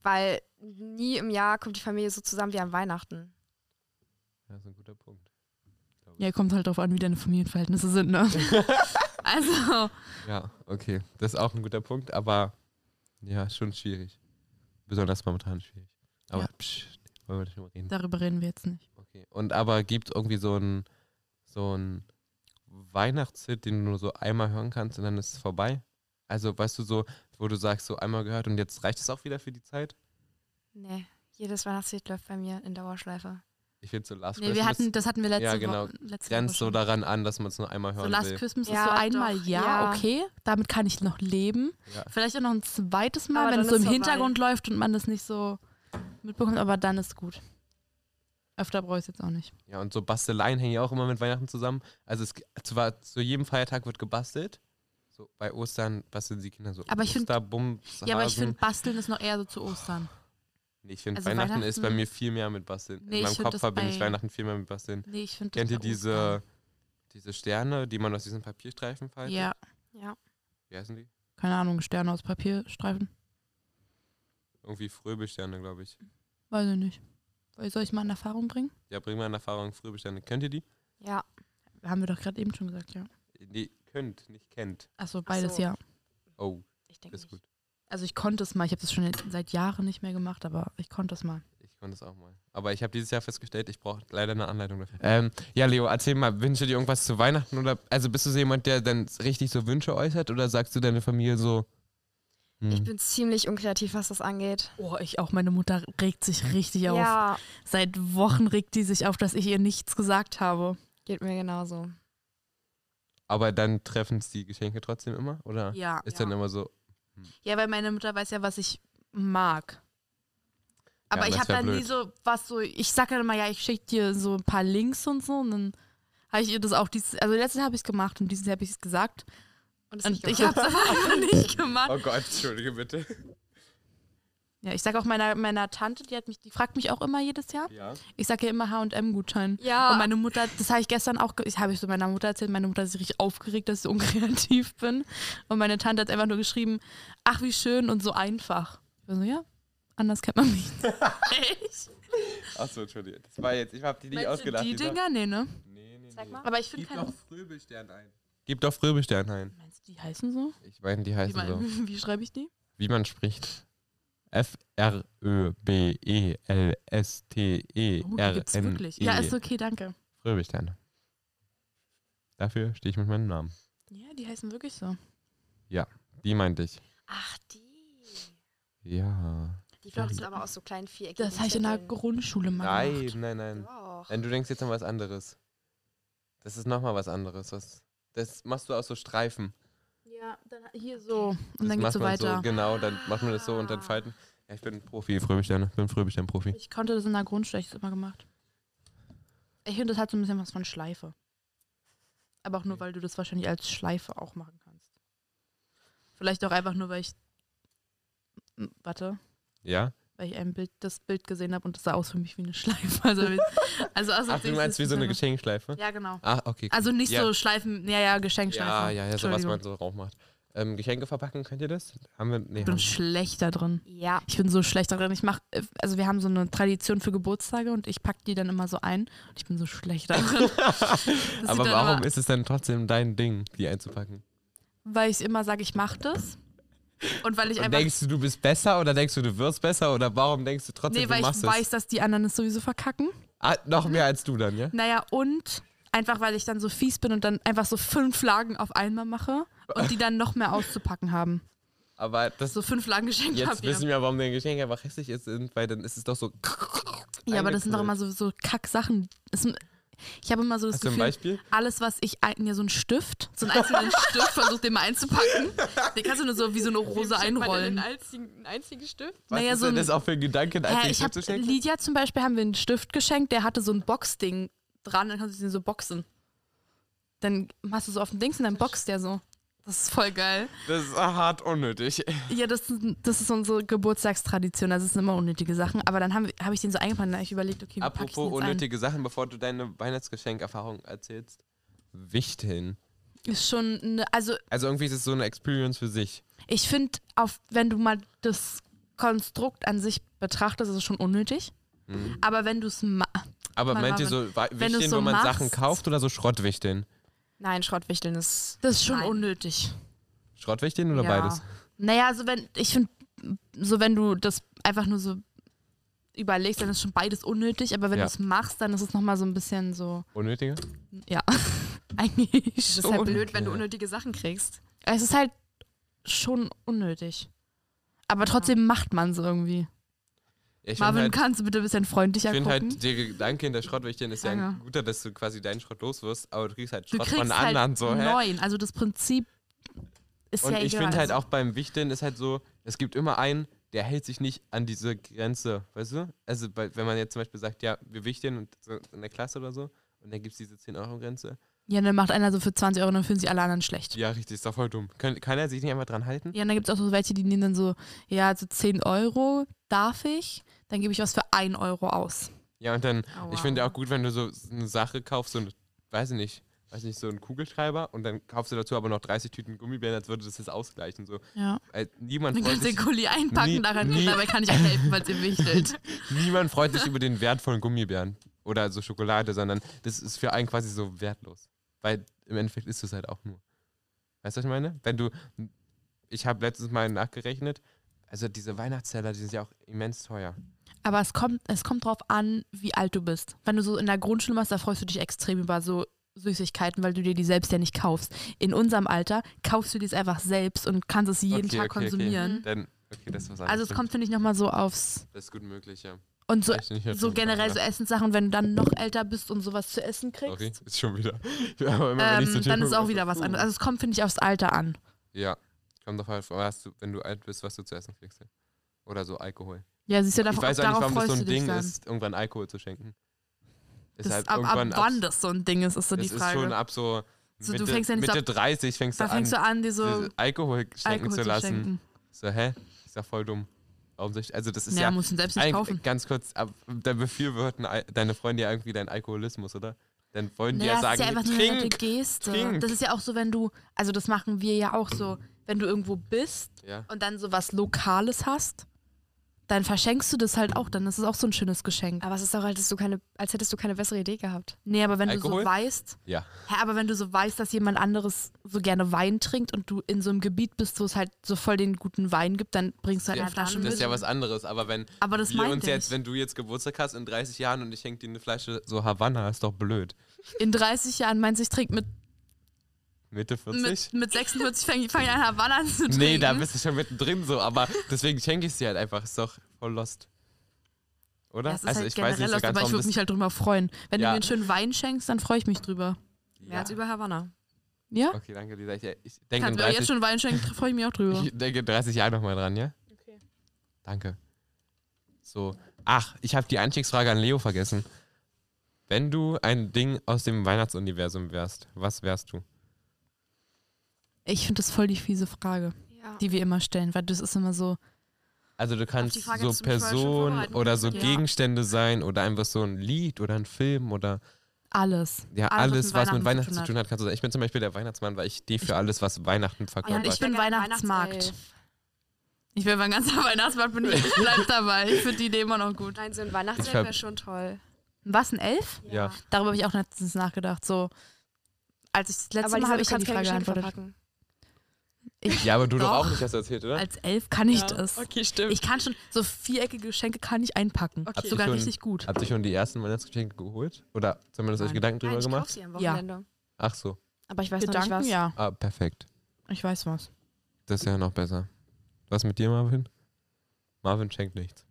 Speaker 3: Weil nie im Jahr kommt die Familie so zusammen wie an Weihnachten.
Speaker 1: Ja, Das ist ein guter Punkt.
Speaker 2: Ja, kommt halt drauf an, wie deine Familienverhältnisse sind, ne? also,
Speaker 1: Ja, okay. Das ist auch ein guter Punkt, aber ja, schon schwierig. Besonders momentan schwierig. Aber
Speaker 2: Ja.
Speaker 1: psch, wollen wir nicht drüber reden.
Speaker 2: darüber reden wir jetzt nicht.
Speaker 1: Okay. Und aber gibt es irgendwie so ein so ein Weihnachtshit, den du nur so einmal hören kannst und dann ist es vorbei? Also weißt du so, wo du sagst, so einmal gehört und jetzt reicht es auch wieder für die Zeit?
Speaker 3: Nee, jedes Weihnachtslied läuft bei mir in Dauerschleife.
Speaker 1: Ich finde so Last
Speaker 2: Nee, wir
Speaker 1: Christmas
Speaker 2: hatten, das hatten wir letzte
Speaker 1: Ja, genau.
Speaker 2: Woche. Letzte
Speaker 1: grenzt
Speaker 2: Woche
Speaker 1: so
Speaker 2: schon.
Speaker 1: daran an, dass man es nur einmal
Speaker 2: So
Speaker 1: hören
Speaker 2: Last
Speaker 1: will.
Speaker 2: Christmas
Speaker 3: Ja,
Speaker 2: ist so einmal,
Speaker 3: doch,
Speaker 2: ja,
Speaker 3: ja.
Speaker 2: okay, damit kann ich noch leben.
Speaker 1: Ja.
Speaker 2: Vielleicht auch noch ein zweites Mal,
Speaker 3: Aber
Speaker 2: wenn
Speaker 3: dann
Speaker 2: es so im
Speaker 3: ist vorbei.
Speaker 2: Hintergrund läuft und man das nicht so mitbekommt, aber dann ist gut. Öfter brauche ich es jetzt auch nicht.
Speaker 1: ja, und so Basteleien hängen ja auch immer mit Weihnachten zusammen. Also es g- zwar zu jedem Feiertag wird gebastelt. So bei Ostern basteln die Kinder so
Speaker 2: Aber ich find-
Speaker 1: Osterbums,
Speaker 2: Ja, aber ich
Speaker 1: Hasen.
Speaker 2: finde, Basteln ist noch eher so zu Ostern.
Speaker 1: Nee, ich finde
Speaker 2: also
Speaker 1: Weihnachten, ist bei
Speaker 2: Weihnachten-
Speaker 1: mir viel mehr mit Basteln.
Speaker 2: Nee, ich
Speaker 1: In meinem
Speaker 2: find
Speaker 1: Kopf
Speaker 2: das
Speaker 1: verbinde ich
Speaker 2: bei-
Speaker 1: Weihnachten viel mehr mit Basteln.
Speaker 2: Nee, ich finde
Speaker 1: Kennt ihr diese, diese Sterne, die man aus diesen Papierstreifen faltet?
Speaker 2: Ja,
Speaker 3: Ja.
Speaker 1: Wie heißen die?
Speaker 2: keine Ahnung, Sterne aus Papierstreifen.
Speaker 1: Irgendwie Fröbelsterne, glaube ich.
Speaker 2: Weiß ich nicht. Weil- Soll ich mal in Erfahrung bringen?
Speaker 1: Ja, bring mal in Erfahrung Fröbelsterne. Kennt ihr die?
Speaker 3: Ja.
Speaker 2: Haben wir doch gerade eben schon gesagt, ja.
Speaker 1: Nee, könnt, nicht kennt.
Speaker 2: Achso, beides
Speaker 3: so.
Speaker 2: ja.
Speaker 1: Oh,
Speaker 3: Ich denke
Speaker 1: ist
Speaker 3: nicht.
Speaker 1: gut.
Speaker 2: Also ich konnte es mal, ich habe das schon jetzt seit Jahren nicht mehr gemacht, aber ich konnte es mal.
Speaker 1: Ich konnte es auch mal. Aber ich habe dieses Jahr festgestellt, ich brauche leider eine Anleitung dafür. Ähm, ja, Leo, erzähl mal, wünsche dir irgendwas zu Weihnachten oder also bist du so jemand, der dann richtig so Wünsche äußert oder sagst du deine Familie so? hm,
Speaker 3: Ich bin ziemlich unkreativ, was das angeht.
Speaker 2: Oh, ich auch, meine Mutter regt sich richtig auf.
Speaker 3: Ja,
Speaker 2: Seit Wochen regt die sich auf, dass ich ihr nichts gesagt habe.
Speaker 3: geht mir genauso.
Speaker 1: aber dann treffen es die Geschenke trotzdem immer? Oder
Speaker 2: Ja.
Speaker 1: ist
Speaker 3: ja.
Speaker 1: dann immer so,
Speaker 2: Ja, weil meine Mutter weiß ja, was ich mag. Aber
Speaker 1: aber
Speaker 2: ich
Speaker 1: ist
Speaker 2: habe
Speaker 1: ja
Speaker 2: dann nie
Speaker 1: blöd.
Speaker 2: so was so, ich sage dann immer, ja, ich schicke dir so ein paar Links und so und dann habe ich ihr das auch dieses, also letztes Jahr habe ich es gemacht und dieses Jahr habe ich es gesagt
Speaker 3: Und, es
Speaker 2: und
Speaker 3: nicht
Speaker 2: ich
Speaker 3: gemacht.
Speaker 2: habe es aber einfach nicht gemacht.
Speaker 1: Oh Gott, entschuldige bitte.
Speaker 2: Ja, ich sage auch meiner, meiner Tante, die hat mich, die fragt mich auch immer jedes Jahr.
Speaker 1: Ja.
Speaker 2: Ich sage ja immer H&M-Gutschein.
Speaker 3: ja,
Speaker 2: Und meine Mutter, das habe ich gestern auch, ge- ich habe ich so meiner Mutter erzählt, meine Mutter ist richtig aufgeregt, dass ich so unkreativ bin. Und meine Tante hat einfach nur geschrieben, ach wie schön und so einfach. Ich war so, ja, Anders kennt man mich nicht.
Speaker 1: Achso, Entschuldigung. Das war jetzt, ich habe die nicht
Speaker 2: Meinst du
Speaker 1: ausgedacht.
Speaker 2: die
Speaker 1: die war-
Speaker 2: Dinger? Nee, ne?
Speaker 1: Nee, nee,
Speaker 3: Zeig
Speaker 1: nee.
Speaker 3: mal.
Speaker 2: Aber ich finde
Speaker 1: Gib
Speaker 2: keine.
Speaker 1: doch Fröbelstern ein. Gib doch Fröbelstern ein.
Speaker 2: Meinst du, die heißen so?
Speaker 1: Ich meine, die
Speaker 2: Wie,
Speaker 1: heißen so.
Speaker 2: mein, wie schreibe ich die?
Speaker 1: Wie man spricht.
Speaker 2: Oh, die gibt's
Speaker 1: F-R-Ö-B-E-L-S-T-E-R-N-E.
Speaker 2: wirklich. Ja, also- ist okay, danke.
Speaker 1: Fröbelstern. Dafür stehe ich mit meinem Namen.
Speaker 2: Ja, die heißen wirklich so.
Speaker 1: Die meinte ich.
Speaker 3: Ach, die.
Speaker 1: Ja.
Speaker 3: Die Flocken sind aber aus so kleinen Viereckigen.
Speaker 2: Das habe ich in der
Speaker 3: Zirkeln.
Speaker 2: Grundschule mal
Speaker 1: Nein,
Speaker 2: gemacht.
Speaker 1: nein, nein.
Speaker 3: Doch.
Speaker 1: Nein, du denkst jetzt an was anderes. Das ist nochmal was anderes. Was, das machst du aus so Streifen.
Speaker 2: Ja, dann hier so. Und
Speaker 1: das
Speaker 2: dann geht's
Speaker 1: macht
Speaker 2: so
Speaker 1: man
Speaker 2: weiter.
Speaker 1: So, genau, dann macht man das so und dann falten. Ja, ich bin ein Profi, Fröbelsterne. Ich bin ein Fröbelstern-Profi.
Speaker 2: Ich konnte das in der Grundschule, ich hab's immer gemacht. Ich finde, das hat so ein bisschen was von Schleife. Aber auch nur,
Speaker 1: Okay.
Speaker 2: weil du das wahrscheinlich als Schleife auch machen kannst. Vielleicht auch einfach nur, weil ich. M, Warte,
Speaker 1: Ja?
Speaker 2: weil ich ein Bild, das Bild gesehen habe und das sah aus für mich wie eine Schleife. Also, also
Speaker 1: Ach, du meinst wie so eine Geschenkschleife?
Speaker 2: Ja, genau.
Speaker 1: Ah, okay.
Speaker 2: Also nicht
Speaker 1: ja.
Speaker 2: so Schleifen, ja, ja, Geschenkschleifen.
Speaker 1: Ja, ja, ja, so was
Speaker 2: Entschuldigung.
Speaker 1: man so drauf macht. Ähm, Geschenke verpacken, könnt ihr das? Haben wir. Nee,
Speaker 2: Ich
Speaker 1: haben
Speaker 2: bin schlecht da drin.
Speaker 3: Ja.
Speaker 2: Ich bin so schlecht darin. Ich mach, äh, also wir haben so eine Tradition für Geburtstage und ich pack die dann immer so ein. Und ich bin so schlecht darin. Das
Speaker 1: aber
Speaker 2: sieht dann
Speaker 1: warum
Speaker 2: immer-
Speaker 1: ist es dann trotzdem dein Ding, die einzupacken?
Speaker 2: Weil ich immer sage, ich mach das. Und weil ich
Speaker 1: Und
Speaker 2: einfach.
Speaker 1: denkst du, du bist besser oder denkst du, du wirst besser oder warum denkst du trotzdem,
Speaker 2: Nee,
Speaker 1: du
Speaker 2: weil ich
Speaker 1: machst
Speaker 2: weiß,
Speaker 1: es?
Speaker 2: dass die anderen es sowieso verkacken.
Speaker 1: Ah, noch mehr als du dann, ja?
Speaker 2: Naja, und einfach, weil ich dann so fies bin und dann einfach so fünf Lagen auf einmal mache und die dann noch mehr auszupacken haben.
Speaker 1: Aber das
Speaker 2: So fünf Lagen
Speaker 1: jetzt wissen
Speaker 2: Geschenkpapier.
Speaker 1: wir, warum dein Geschenk einfach hässlich ist, sind, weil dann ist es doch so.
Speaker 2: Ja, aber das sind doch
Speaker 1: eingeknüllt.
Speaker 2: immer so, so Kack-Sachen. Es- Ich habe immer so das
Speaker 1: Hast du ein
Speaker 2: Gefühl,
Speaker 1: Beispiel?
Speaker 2: alles, was ich ein, mir so einen Stift, so einen einzelnen Stift, versucht den mal einzupacken. Den kannst du nur so wie so eine Rose einrollen.
Speaker 3: einzigen, einen einzigen Stift.
Speaker 1: Was
Speaker 2: naja,
Speaker 1: ist
Speaker 2: so
Speaker 1: denn
Speaker 2: ein-
Speaker 1: das auch für ein Gedanke, als
Speaker 2: Hä,
Speaker 1: den
Speaker 2: ich
Speaker 1: Kind
Speaker 2: hab,
Speaker 1: zu schenken?
Speaker 2: Lydia zum Beispiel haben wir einen Stift geschenkt, der hatte so ein Boxding dran, dann kannst du den so boxen. Dann machst du so auf den Dings und dann boxt der so. Das ist voll geil.
Speaker 1: Das ist hart unnötig.
Speaker 2: Ja, das, ist- das ist unsere Geburtstagstradition. Also es sind immer unnötige Sachen. Aber dann habe hab ich den so eingepackt und dann hab ich überlegt, okay, wie pack ich
Speaker 1: Apropos
Speaker 2: den jetzt
Speaker 1: unnötige Sachen, bevor du deine Weihnachtsgeschenkerfahrung erzählst. Wichteln.
Speaker 2: Ein. Ist schon, eine, also
Speaker 1: Also irgendwie ist es so eine Experience für sich.
Speaker 2: Ich finde, auf- wenn du mal das Konstrukt an sich betrachtest, ist es schon unnötig.
Speaker 1: Mhm.
Speaker 2: Aber wenn du es
Speaker 1: Aber
Speaker 2: Mal
Speaker 1: meint ihr so Wa-
Speaker 2: wenn du's
Speaker 1: Wichteln,
Speaker 2: so
Speaker 1: wo man
Speaker 2: machst-
Speaker 1: Sachen kauft oder so Schrottwichteln?
Speaker 3: Nein, Schrottwichteln ist.
Speaker 2: das ist schon
Speaker 3: Nein.
Speaker 2: unnötig.
Speaker 1: Schrottwichteln oder
Speaker 3: Ja.
Speaker 1: beides?
Speaker 2: Naja, also wenn ich finde, so wenn du das einfach nur so überlegst, dann ist schon beides unnötig. Aber wenn
Speaker 1: Ja.
Speaker 2: du es machst, dann ist es noch mal so ein bisschen so,
Speaker 1: Unnötige?
Speaker 2: ja, eigentlich
Speaker 3: Es
Speaker 2: schon.
Speaker 3: ist halt blöd, wenn du
Speaker 1: Okay.
Speaker 3: unnötige Sachen kriegst.
Speaker 2: Es ist halt schon unnötig. Aber trotzdem macht man es irgendwie.
Speaker 1: Ja, ich
Speaker 2: Marvin,
Speaker 1: finde halt,
Speaker 2: kannst du bitte ein bisschen freundlicher
Speaker 1: ich find
Speaker 2: gucken?
Speaker 1: halt, der Gedanke hinter Schrottwichteln ist ja
Speaker 2: Ja.
Speaker 1: ein guter, dass du quasi deinen Schrott los wirst, aber du kriegst halt
Speaker 2: du
Speaker 1: Schrott
Speaker 2: kriegst
Speaker 1: von
Speaker 2: halt
Speaker 1: anderen. so, hä?
Speaker 2: neun. Also das Prinzip ist
Speaker 1: Und
Speaker 2: ja
Speaker 1: ich
Speaker 2: egal.
Speaker 1: finde
Speaker 2: Also
Speaker 1: halt auch beim Wichteln ist halt so, es gibt immer einen, der hält sich nicht an diese Grenze, weißt du? Also bei, wenn man jetzt zum Beispiel sagt, ja, wir wichteln und so in der Klasse oder so, und dann gibt es diese 10-Euro-Grenze.
Speaker 2: Ja, dann macht einer so für 20 Euro und dann fühlen sich alle anderen schlecht. Ja,
Speaker 1: Ja, richtig, ist doch voll dumm. Kann, kann er sich nicht einfach dran halten?
Speaker 2: und dann gibt es auch so welche, die nehmen dann so, ja, so 10 Euro darf ich, dann gebe ich was für 1 Euro aus.
Speaker 1: Ja, und dann,
Speaker 3: Aua.
Speaker 1: ich finde auch gut, wenn du so eine Sache kaufst, so eine, weiß ich nicht, weiß nicht, so einen Kugelschreiber und dann kaufst du dazu aber noch 30 Tüten Gummibären, als würde das das ausgleichen. So.
Speaker 2: Ja.
Speaker 1: Äh, niemand,
Speaker 2: Dann
Speaker 1: freut
Speaker 2: kannst du den
Speaker 1: sich,
Speaker 2: Kuli
Speaker 1: nie-
Speaker 2: einpacken, daran,
Speaker 1: nie-
Speaker 2: dabei kann ich euch helfen, weil es ihr wichtelt.
Speaker 1: niemand freut sich über den Wert von Gummibären oder so Schokolade, sondern das ist für einen quasi so wertlos. Weil im Endeffekt ist es halt auch nur. Weißt du, was ich meine? Wenn du, ich habe letztens mal nachgerechnet, also diese Weihnachtszeller, die sind ja auch immens teuer.
Speaker 2: Mhm. Aber es kommt, es kommt drauf an, wie alt du bist. Wenn du so in der Grundschule machst, da freust du dich extrem über so Süßigkeiten, weil du dir die selbst ja nicht kaufst. In unserem Alter kaufst du dir es einfach selbst und kannst es jeden
Speaker 1: Okay,
Speaker 2: Tag
Speaker 1: okay, okay.
Speaker 2: konsumieren.
Speaker 1: Dann, okay, das ist was anderes.
Speaker 2: Also es kommt, finde ich, nochmal so aufs...
Speaker 1: Das ist gut möglich, ja.
Speaker 2: Und so,
Speaker 1: Hab ich nicht jetzt
Speaker 2: so
Speaker 1: schon
Speaker 2: generell so
Speaker 1: nachgedacht.
Speaker 2: Essenssachen, wenn du dann noch älter bist und sowas zu essen kriegst.
Speaker 1: Sorry, ist schon wieder. Ja, aber immer, wenn ich so
Speaker 2: Ähm, dann
Speaker 1: tippe,
Speaker 2: ist
Speaker 1: so,
Speaker 2: auch wieder was
Speaker 1: puh.
Speaker 2: anderes. Also es kommt, finde ich, aufs Alter an.
Speaker 1: Ja, kommt doch halt vor, was du, wenn du alt bist, was du zu essen kriegst. ja. Oder so Alkohol.
Speaker 2: Ja, siehst du,
Speaker 1: Ich
Speaker 2: darauf,
Speaker 1: weiß auch nicht,
Speaker 2: darauf
Speaker 1: warum das
Speaker 2: freust
Speaker 1: so
Speaker 2: du
Speaker 1: ein
Speaker 2: dich
Speaker 1: Ding
Speaker 2: dann.
Speaker 1: ist, irgendwann Alkohol zu schenken. Ist
Speaker 2: Das,
Speaker 1: halt
Speaker 2: ab, ab
Speaker 1: irgendwann ab-
Speaker 2: wann das so ein Ding ist, ist so
Speaker 1: das
Speaker 2: die
Speaker 1: ist schon
Speaker 2: Frage.
Speaker 1: ab so
Speaker 2: So,
Speaker 1: Mitte,
Speaker 2: du fängst ja nicht so
Speaker 1: Mitte 30 fängst du
Speaker 2: da
Speaker 1: an,
Speaker 2: fängst du an, dir so
Speaker 1: diese Alkohol schenken
Speaker 2: Alkohol
Speaker 1: zu lassen.
Speaker 2: schenken.
Speaker 1: So, hä? Ist ja voll dumm. Warum soll ich, also das ist
Speaker 2: Ja,
Speaker 1: ja,
Speaker 2: musst du selbst nicht
Speaker 1: ein,
Speaker 2: kaufen.
Speaker 1: ganz kurz, ab, da befürworten Al- deine Freunde ja irgendwie deinen Alkoholismus, oder? Dann wollen die ja
Speaker 2: das
Speaker 1: sagen,
Speaker 2: ist ja einfach nur eine nette
Speaker 1: trink!
Speaker 2: Geste.
Speaker 1: trink.
Speaker 2: Das ist ja auch so, wenn du, also das machen wir ja auch so, wenn du irgendwo bist
Speaker 1: Ja,
Speaker 2: und dann so was Lokales hast, dann verschenkst du das halt auch, dann ist es auch so ein schönes Geschenk.
Speaker 3: Aber es ist doch, als, hättest du keine, als hättest du keine bessere Idee gehabt.
Speaker 2: Nee, aber wenn du
Speaker 1: Alkohol?
Speaker 2: so weißt,
Speaker 1: Ja.
Speaker 2: hä, aber wenn du so weißt, dass jemand anderes so gerne Wein trinkt und du in so einem Gebiet bist, wo es halt so voll den guten Wein gibt, dann bringst du halt
Speaker 1: ja,
Speaker 2: eine Flasche
Speaker 1: stimmt, das ist
Speaker 2: mit.
Speaker 1: ja was anderes, aber wenn
Speaker 2: aber das
Speaker 1: wir
Speaker 2: meinte
Speaker 1: uns
Speaker 2: ich.
Speaker 1: jetzt, wenn du jetzt Geburtstag hast in 30 Jahren und ich hänge dir eine Flasche so Havanna, ist doch blöd.
Speaker 2: in 30 Jahren meinst du, ich trinke mit,
Speaker 1: Mitte 40?
Speaker 2: mit, mit 46 fange ich fang ich an, Havanna an zu trinken.
Speaker 1: nee, da bist du schon mittendrin so, aber deswegen schenke ich sie halt einfach, ist doch voll lost. Oder? Also
Speaker 2: Das ist halt generell aus, aber ich
Speaker 1: warum
Speaker 2: würde mich halt drüber freuen. Wenn
Speaker 1: Ja.
Speaker 2: du mir einen schönen Wein schenkst, dann freue ich mich drüber.
Speaker 1: das-
Speaker 3: Mehr als über Havanna.
Speaker 2: Ja?
Speaker 1: Okay, danke, Lisa. Ich, äh, ich denke in
Speaker 2: Kannst du mir jetzt
Speaker 1: 30,
Speaker 2: schon Wein schenken, freue ich mich auch drüber.
Speaker 1: ich denke in 30 Jahren nochmal dran, ja?
Speaker 3: Okay.
Speaker 1: Danke. So. Ach, ich habe die Einstiegsfrage an Leo vergessen. Wenn du ein Ding aus dem Weihnachtsuniversum wärst, was wärst du?
Speaker 2: Ich finde das voll die fiese Frage,
Speaker 3: Ja.
Speaker 2: die wir immer stellen, weil das ist immer so,
Speaker 1: Also du kannst
Speaker 3: die Frage
Speaker 1: so
Speaker 3: hättest du mich vorher schon
Speaker 1: Personen
Speaker 3: vorbereiten
Speaker 1: oder so
Speaker 3: können.
Speaker 2: Ja.
Speaker 1: Gegenstände sein oder einfach so ein Lied oder ein Film oder
Speaker 2: alles.
Speaker 1: ja alles,
Speaker 2: Alles,
Speaker 1: was
Speaker 2: was
Speaker 1: mit Weihnachten zu
Speaker 2: hat.
Speaker 1: tun hat, kannst du sein. Ich bin zum Beispiel der Weihnachtsmann, weil ich stehe für alles, was Weihnachten
Speaker 2: Und
Speaker 1: verkörpert.
Speaker 2: ich bin
Speaker 3: wär gerne
Speaker 2: Weihnachtsmarkt.
Speaker 3: Weihnachtself.
Speaker 2: Ich will mein ganzer Weihnachtsmarkt bin ich, bleib dabei. Ich finde die Idee immer noch gut.
Speaker 3: Nein, so ein
Speaker 1: Ich
Speaker 3: Weihnachtself
Speaker 1: ver-
Speaker 3: wäre schon toll.
Speaker 2: Was, ein Elf?
Speaker 1: Ja.
Speaker 2: Darüber habe ich auch letztens nachgedacht. So, als ich das letzte
Speaker 3: Aber
Speaker 2: Mal habe ich ja die
Speaker 3: kannst keine
Speaker 2: Frage
Speaker 3: Geschenke
Speaker 2: beantwortet.
Speaker 3: verpacken.
Speaker 1: ja, aber du doch,
Speaker 2: Doch.
Speaker 1: auch nicht, hast du erzählt, oder?
Speaker 2: Als Elf kann ich das.
Speaker 3: Okay, stimmt.
Speaker 2: Ich kann schon, so viereckige Geschenke kann ich einpacken.
Speaker 3: Okay. Habt ihr
Speaker 2: Sogar
Speaker 1: schon-
Speaker 2: richtig gut.
Speaker 1: Habt ihr schon die ersten Weihnachtsgeschenke geholt? Oder zumindest euch
Speaker 2: Nein.
Speaker 1: Gedanken drüber
Speaker 3: Nein, ich kauf
Speaker 1: gemacht?
Speaker 3: sie am
Speaker 2: Ja.
Speaker 3: Wochenende.
Speaker 1: Ach so.
Speaker 3: Aber ich weiß
Speaker 2: Gedanken,
Speaker 3: noch nicht was.
Speaker 2: ja.
Speaker 1: Ah, perfekt.
Speaker 2: Ich weiß was.
Speaker 1: Das ist ja noch besser. Was mit dir, Marvin? Marvin schenkt nichts.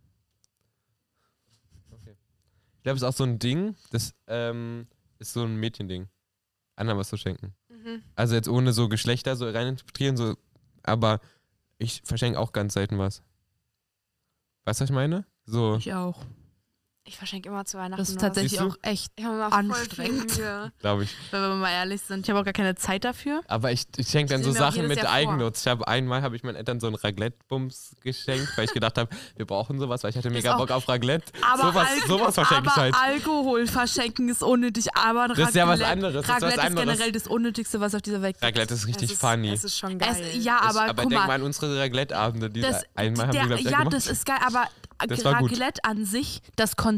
Speaker 1: Okay. Ich glaube, es ist auch so ein Ding, das ähm, ist so ein Mädchending. Anderen was zu schenken.
Speaker 3: Mhm.
Speaker 1: Also jetzt ohne so Geschlechter so reininterpretieren, so, aber ich verschenke auch ganz selten was. Weißt du, was ich meine? So,
Speaker 2: Ich auch.
Speaker 3: Ich verschenke immer zu Weihnachten.
Speaker 2: Das ist
Speaker 3: nur was.
Speaker 2: tatsächlich
Speaker 1: Siehst
Speaker 2: auch echt,
Speaker 3: Ich habe immer voll viel
Speaker 2: Anstrengend.
Speaker 3: Mühe.
Speaker 1: glaube ich.
Speaker 2: wenn wir mal ehrlich sind. Ich habe auch gar keine Zeit dafür.
Speaker 1: Aber ich, ich schenke dann
Speaker 3: Ich
Speaker 1: so
Speaker 3: nehme mir auch
Speaker 1: Sachen
Speaker 3: jedes
Speaker 1: mit
Speaker 3: Jahr vor.
Speaker 1: Eigennutz. Ich habe einmal habe ich meinen Eltern so einen Raclette-Bums geschenkt, weil ich gedacht habe, wir brauchen sowas, weil ich hatte mega
Speaker 2: auch-
Speaker 1: Bock auf Raclette.
Speaker 2: Aber
Speaker 1: sowas,
Speaker 2: Alk-
Speaker 1: sowas verschenke
Speaker 2: aber
Speaker 1: ich halt.
Speaker 2: Alkohol verschenken ist unnötig, aber ein
Speaker 1: Das ist ja was
Speaker 2: Raclette-
Speaker 1: anderes, das ist was
Speaker 2: Raclette ist,
Speaker 1: anderes.
Speaker 2: generell das Unnötigste, was auf dieser Welt gibt.
Speaker 1: Raclette ist richtig
Speaker 3: es ist,
Speaker 1: funny.
Speaker 3: Es ist schon geil.
Speaker 2: Es, ja, aber,
Speaker 1: ist, aber
Speaker 2: guck
Speaker 1: denk mal
Speaker 2: mal.
Speaker 1: an unsere Raclette-Abende, die
Speaker 2: Das,
Speaker 1: einmal
Speaker 2: der,
Speaker 1: haben wir, glaube ich,
Speaker 2: ja,
Speaker 1: gemacht.
Speaker 2: das ist geil, aber
Speaker 1: Das war gut.
Speaker 2: Raclette an sich, das Konzept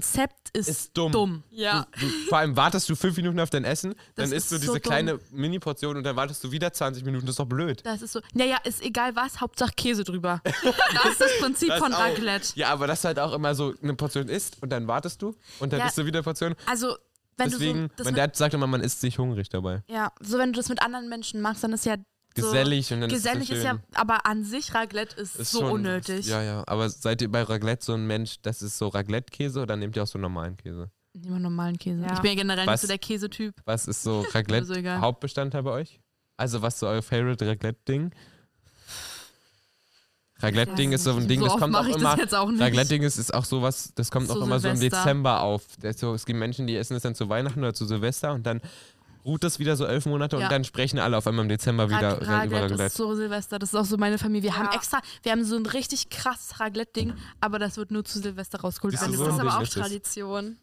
Speaker 2: ist,
Speaker 1: Ist dumm.
Speaker 3: ja.
Speaker 1: Du, vor allem wartest du fünf Minuten auf dein Essen, dann isst
Speaker 2: ist
Speaker 1: du
Speaker 2: so
Speaker 1: diese
Speaker 2: dumm.
Speaker 1: kleine Mini-Portion und dann wartest du wieder 20 Minuten, das ist doch blöd.
Speaker 2: Das ist so, naja, ist egal was, Hauptsache Käse drüber. Das ist das Prinzip
Speaker 1: Das
Speaker 2: von
Speaker 1: auch.
Speaker 2: Raclette.
Speaker 1: Ja, aber das halt auch immer so eine Portion isst und dann wartest du und dann
Speaker 2: Ja.
Speaker 1: isst du wieder eine Portion.
Speaker 2: Also, wenn
Speaker 1: Deswegen,
Speaker 2: du so, das
Speaker 1: mein
Speaker 2: mit,
Speaker 1: Dad sagt immer, man isst sich hungrig dabei.
Speaker 2: ja, so wenn du das mit anderen Menschen machst, dann ist ja so,
Speaker 1: Gesellig und dann ist,
Speaker 2: gesellig ist
Speaker 1: es so
Speaker 2: ja,
Speaker 1: schön.
Speaker 2: aber an sich Raclette ist,
Speaker 1: Ist
Speaker 2: so
Speaker 1: schon-
Speaker 2: unnötig.
Speaker 1: Ja, ja, aber seid ihr bei Raclette so ein Mensch, das ist so Raclette-Käse oder nehmt ihr auch so normalen Käse?
Speaker 2: Nehmen wir normalen Käse.
Speaker 3: Ja.
Speaker 2: Ich bin ja generell
Speaker 1: Was?
Speaker 2: nicht so der Käsetyp.
Speaker 1: Was ist so
Speaker 2: so Also egal.
Speaker 1: Raclette-Hauptbestandteil bei euch? Also, was ist so euer Favorite Raclette-Ding? Raclette-Ding ist so ein Ding,
Speaker 2: so
Speaker 1: das
Speaker 2: oft
Speaker 1: kommt auch
Speaker 2: mache ich
Speaker 1: immer.
Speaker 2: das jetzt auch nicht.
Speaker 1: Raclette-Ding ist, ist auch sowas, das kommt
Speaker 2: Zu
Speaker 1: auch immer so im
Speaker 2: Silvester.
Speaker 1: Dezember auf. Das ist so, es gibt Menschen, die essen es dann zu Weihnachten oder zu Silvester und dann ruht das wieder so elf Monate
Speaker 2: Ja.
Speaker 1: und dann sprechen alle auf einmal im Dezember wieder
Speaker 2: Rag-
Speaker 1: über
Speaker 2: Raclette ist
Speaker 1: Raclette.
Speaker 2: so Silvester, das ist auch so meine Familie. Wir
Speaker 3: Ja.
Speaker 2: haben extra, wir haben so ein richtig krasses Raclette-Ding, aber das wird nur zu Silvester rausgeholt.
Speaker 1: Siehst
Speaker 2: wenn
Speaker 1: du,
Speaker 2: du
Speaker 3: Das
Speaker 1: so
Speaker 2: es-
Speaker 1: ein
Speaker 3: ist aber auch
Speaker 1: Business ist.
Speaker 3: Tradition.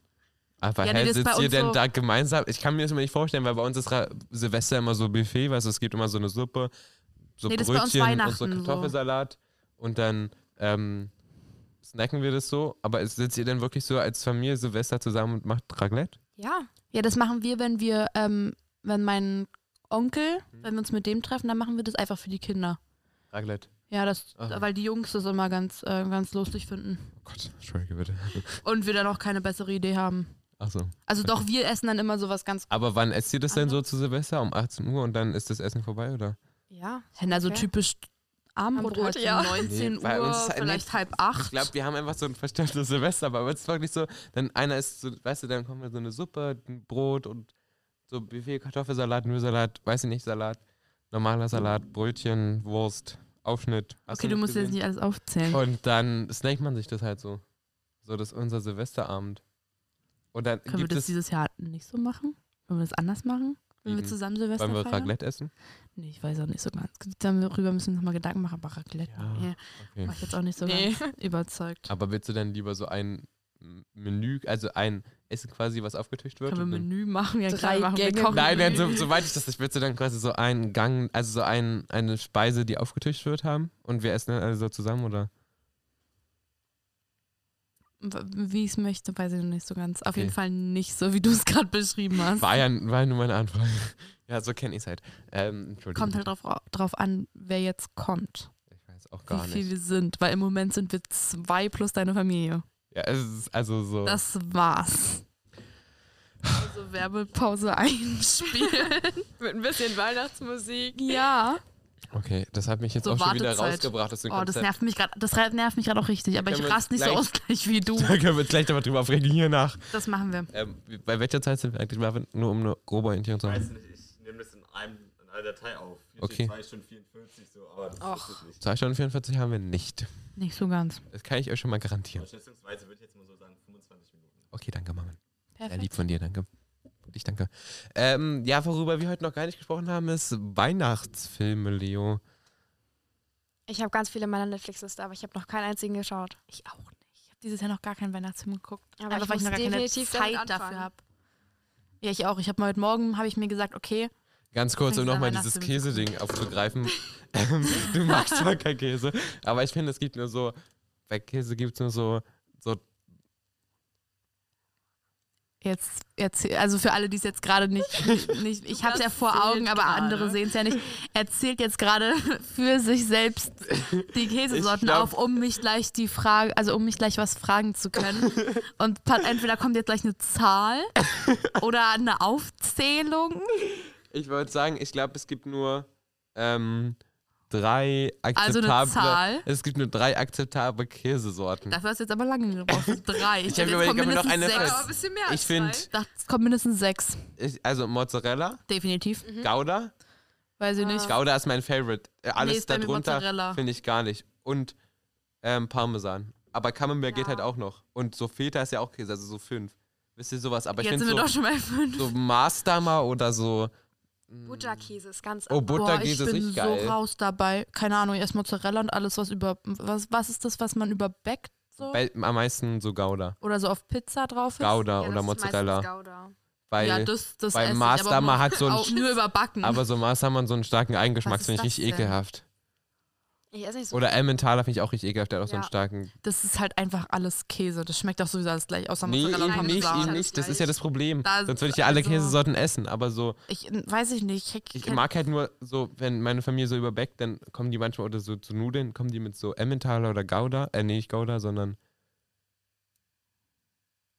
Speaker 1: Aber
Speaker 2: Ja,
Speaker 1: ja,
Speaker 2: nee, das ist bei
Speaker 1: sitzt ihr
Speaker 2: uns
Speaker 1: denn
Speaker 2: so-
Speaker 1: da gemeinsam? Ich kann mir das immer nicht vorstellen, weil bei uns ist Ra Silvester immer so Buffet, weißt du, es gibt immer so eine Suppe, so
Speaker 2: Nee, das ist bei uns
Speaker 1: Brötchen und so
Speaker 2: Weihnachten so.
Speaker 1: Kartoffelsalat und dann ähm, snacken wir das so. Aber es- sitzt ihr denn wirklich so als Familie Silvester zusammen und macht Raclette?
Speaker 3: Ja.
Speaker 2: Ja, das machen wir, wenn wir, ähm, wenn mein Onkel, wenn wir uns mit dem treffen, dann machen wir das einfach für die Kinder.
Speaker 1: Raclette.
Speaker 2: Ja, das,
Speaker 1: Aha.
Speaker 2: weil die Jungs das immer ganz, äh, ganz lustig finden.
Speaker 1: Oh Gott, Entschuldige bitte.
Speaker 2: Und wir dann auch keine bessere Idee haben.
Speaker 1: Achso.
Speaker 2: Also doch, wir essen dann immer sowas ganz.
Speaker 1: Aber wann esst ihr das denn so zu Silvester? Um 18 Uhr und dann ist das Essen vorbei, oder?
Speaker 3: Ja.
Speaker 2: Also
Speaker 3: Okay.
Speaker 2: typisch Abendbrot,
Speaker 3: Abendbrot,
Speaker 2: halt um
Speaker 3: ja.
Speaker 2: 19
Speaker 1: Nee, bei
Speaker 2: Uhr,
Speaker 1: uns ist halt
Speaker 2: vielleicht
Speaker 1: nicht-
Speaker 2: halb acht.
Speaker 1: Ich glaube, wir haben einfach so ein verstörtes Silvester, aber es ist wirklich so, dann einer ist so, weißt du, dann kommt mir so eine Suppe, ein Brot und so Buffet, Kartoffelsalat, Nüssalat, weiß ich nicht, Salat, normaler Salat, Brötchen, Wurst, Aufschnitt. Hast
Speaker 2: okay, du musst jetzt
Speaker 1: gesehen?
Speaker 2: nicht alles aufzählen.
Speaker 1: Und dann snackt man sich das halt so. So, das ist unser Silvesterabend. Und dann
Speaker 2: Können wir
Speaker 1: gibt
Speaker 2: das
Speaker 1: es,
Speaker 2: dieses Jahr nicht so machen? Können wir das anders machen? Wenn wir
Speaker 1: Eben.
Speaker 2: zusammen Silvester
Speaker 1: Mhm. wollen wir
Speaker 2: feiern?
Speaker 1: Raclette essen?
Speaker 2: Nee, ich weiß auch nicht so ganz. Darüber müssen wir uns mal Gedanken machen, aber Raclette
Speaker 1: Ja,
Speaker 2: nee,
Speaker 1: okay.
Speaker 2: war ich jetzt auch nicht so
Speaker 3: Nee.
Speaker 2: ganz überzeugt.
Speaker 1: Aber willst du dann lieber so ein M- Menü, also ein Essen quasi, was aufgetischt wird?
Speaker 2: Können wir ein
Speaker 1: und dann-
Speaker 2: Menü machen? Ja,
Speaker 3: Drei
Speaker 2: klar, machen wir
Speaker 3: Gänge
Speaker 2: kochen.
Speaker 1: Nein, nein, so,
Speaker 2: Menü.
Speaker 1: soweit ich das nicht will, du dann quasi so einen Gang, also so ein, eine Speise, die aufgetischt wird haben und wir essen dann alle so zusammen, oder?
Speaker 2: w- wie ich es möchte, weiß ich noch nicht so ganz. Auf
Speaker 1: Okay.
Speaker 2: jeden Fall nicht so, wie du es gerade beschrieben hast.
Speaker 1: War ja, war ja nur meine Anfrage. Ja, so kenne ich es halt. Ähm, Entschuldigung.
Speaker 2: Kommt halt drauf, drauf an, wer jetzt kommt,
Speaker 1: Ich weiß auch gar
Speaker 2: wie viel
Speaker 1: nicht.
Speaker 2: wir sind, weil im Moment sind wir zwei plus deine Familie.
Speaker 1: Ja, es ist also so.
Speaker 2: Das war's. Also Werbepause einspielen.
Speaker 3: Mit ein bisschen Weihnachtsmusik.
Speaker 2: ja.
Speaker 1: okay, das hat mich jetzt
Speaker 2: So,
Speaker 1: auch schon wieder
Speaker 2: Wartezeit.
Speaker 1: rausgebracht. Das
Speaker 2: Oh, das nervt mich gerade. Das re- nervt mich gerade auch richtig. Aber
Speaker 1: Können
Speaker 2: ich
Speaker 1: wir
Speaker 2: raste nicht so
Speaker 1: gleich-
Speaker 2: aus gleich wie du.
Speaker 1: Da können wir uns gleich nochmal drüber aufregen. Hier nach.
Speaker 2: Das machen wir.
Speaker 1: Ähm, bei welcher Zeit sind wir eigentlich? Marvin? Nur um eine grobe Orientierung zu
Speaker 4: Ich
Speaker 1: haben.
Speaker 4: weiß nicht, ich nehme das in, einem, in einer Datei auf. Hier
Speaker 1: Okay.
Speaker 4: steht 2 Stunden 44 so, aber das
Speaker 3: Och.
Speaker 4: ist es nicht.
Speaker 1: 2 Stunden 44 haben wir nicht.
Speaker 2: Nicht so ganz.
Speaker 1: Das kann ich euch schon mal garantieren.
Speaker 4: Aber Schätzungsweise würde ich jetzt mal so sagen 25 Minuten.
Speaker 1: Okay, danke, Marvin. Ja,
Speaker 2: Perfekt.
Speaker 1: lieb von dir, danke. Ich danke. Ähm, ja, worüber wir heute noch gar nicht gesprochen haben, ist Weihnachtsfilme, Leo.
Speaker 3: Ich habe ganz viele in meiner Netflix-Liste, aber ich habe noch keinen einzigen geschaut.
Speaker 2: Ich auch nicht. Ich habe dieses Jahr noch gar keinen Weihnachtsfilm geguckt.
Speaker 3: Aber
Speaker 2: Einfach,
Speaker 3: ich
Speaker 2: weil ich
Speaker 3: muss
Speaker 2: noch gar keine
Speaker 3: definitiv damit
Speaker 2: Zeit dafür
Speaker 3: anfangen.
Speaker 2: habe. Ja, ich auch. Ich habe mir heute Morgen habe ich mir gesagt, okay,
Speaker 1: Ganz kurz, um
Speaker 2: Fängst du an,
Speaker 1: nochmal dieses
Speaker 2: Weihnachtsfilme zu
Speaker 1: Käseding aufzugreifen. Ähm, du magst zwar kein Käse, aber ich finde, es gibt nur so, bei Käse gibt es nur so, so,
Speaker 2: jetzt, jetzt also für alle, die es jetzt gerade nicht, nicht ich habe es ja vor
Speaker 3: erzählst
Speaker 2: Augen, aber andere
Speaker 3: gerade.
Speaker 2: sehen es ja nicht. Erzählt jetzt gerade für sich selbst die Käsesorten
Speaker 1: glaub-
Speaker 2: auf, um mich gleich die Frage, also um mich gleich was fragen zu können. Und pa- entweder kommt jetzt gleich eine Zahl oder eine Aufzählung.
Speaker 1: ich wollte sagen, ich glaube, es gibt nur ähm, drei
Speaker 2: Also
Speaker 1: akzeptable,
Speaker 2: eine Zahl.
Speaker 1: es gibt nur drei akzeptable Käsesorten.
Speaker 2: Dafür hast du jetzt aber lange gebraucht. Drei.
Speaker 1: Ich hab
Speaker 2: dachte, jetzt
Speaker 1: überlegt,
Speaker 2: kommt
Speaker 1: ob mir noch
Speaker 2: mindestens
Speaker 1: eine
Speaker 2: sechs.
Speaker 1: fällt.
Speaker 3: ein bisschen mehr
Speaker 1: Ich finde,
Speaker 2: Ich dachte, es kommt mindestens sechs.
Speaker 1: also Mozzarella,
Speaker 2: Definitiv.
Speaker 1: Gouda,
Speaker 2: Weiß ich
Speaker 3: Ah.
Speaker 2: nicht.
Speaker 1: Gouda ist mein Favorite. Äh,
Speaker 2: Hm? Nee,
Speaker 1: Alles
Speaker 2: ist bei mir
Speaker 1: darunter
Speaker 2: Mozzarella.
Speaker 1: finde ich gar nicht. Und ähm, Parmesan. Aber Camembert geht
Speaker 3: Ja.
Speaker 1: halt auch noch. Und so Feta ist ja auch Käse, also so fünf. Wisst ihr sowas? Aber ich
Speaker 2: jetzt
Speaker 1: finde
Speaker 2: sind wir
Speaker 1: so,
Speaker 2: doch schon bei fünf.
Speaker 1: so Maßdamer oder so. hm.
Speaker 3: Butterkäse ist ganz
Speaker 1: Oh,
Speaker 3: anders.
Speaker 2: Boah, ich
Speaker 1: Butterkäse ist
Speaker 2: bin
Speaker 1: richtig
Speaker 2: so
Speaker 1: geil.
Speaker 2: raus dabei. Keine Ahnung, erst Mozzarella und alles, was über. Was, was ist das, was man überbäckt? So?
Speaker 1: Weil, am meisten so Gouda.
Speaker 2: Oder so auf Pizza drauf ist?
Speaker 1: Gouda
Speaker 3: Ja,
Speaker 1: oder
Speaker 3: das ist
Speaker 1: Mozzarella.
Speaker 3: meistens Gouda.
Speaker 1: Weil,
Speaker 2: ja, das, das
Speaker 1: weil
Speaker 2: esse ich,
Speaker 1: Maßdamer
Speaker 2: aber
Speaker 1: hat so
Speaker 2: nur,
Speaker 1: einen.
Speaker 2: auch nur überbacken.
Speaker 1: Aber so Maßdamer hat so einen starken Eigengeschmack,
Speaker 2: ist
Speaker 1: finde ich
Speaker 2: das
Speaker 1: richtig
Speaker 2: denn?
Speaker 1: ekelhaft.
Speaker 3: Ich esse nicht so
Speaker 1: Oder Emmentaler finde ich auch richtig ekelhaft, der hat auch so einen
Speaker 3: Ja.
Speaker 1: starken.
Speaker 2: das ist halt einfach alles Käse. Das schmeckt auch sowieso alles gleich, außer
Speaker 1: Nee,
Speaker 2: Mozzarella und
Speaker 1: eben
Speaker 3: kann
Speaker 1: nicht,
Speaker 3: sagen.
Speaker 1: eben
Speaker 2: Parmesan.
Speaker 1: nicht. Das ist ja das Problem.
Speaker 2: Da-
Speaker 1: Sonst würde ich ja alle
Speaker 2: also-
Speaker 1: Käsesorten essen, aber so.
Speaker 2: Ich weiß ich nicht. Ich,
Speaker 1: Ich
Speaker 2: kenn-
Speaker 1: mag halt nur so, wenn meine Familie so überbackt, dann kommen die manchmal oder so zu Nudeln, kommen die mit so Emmentaler oder Gouda. Äh, nee, nicht Gouda, sondern.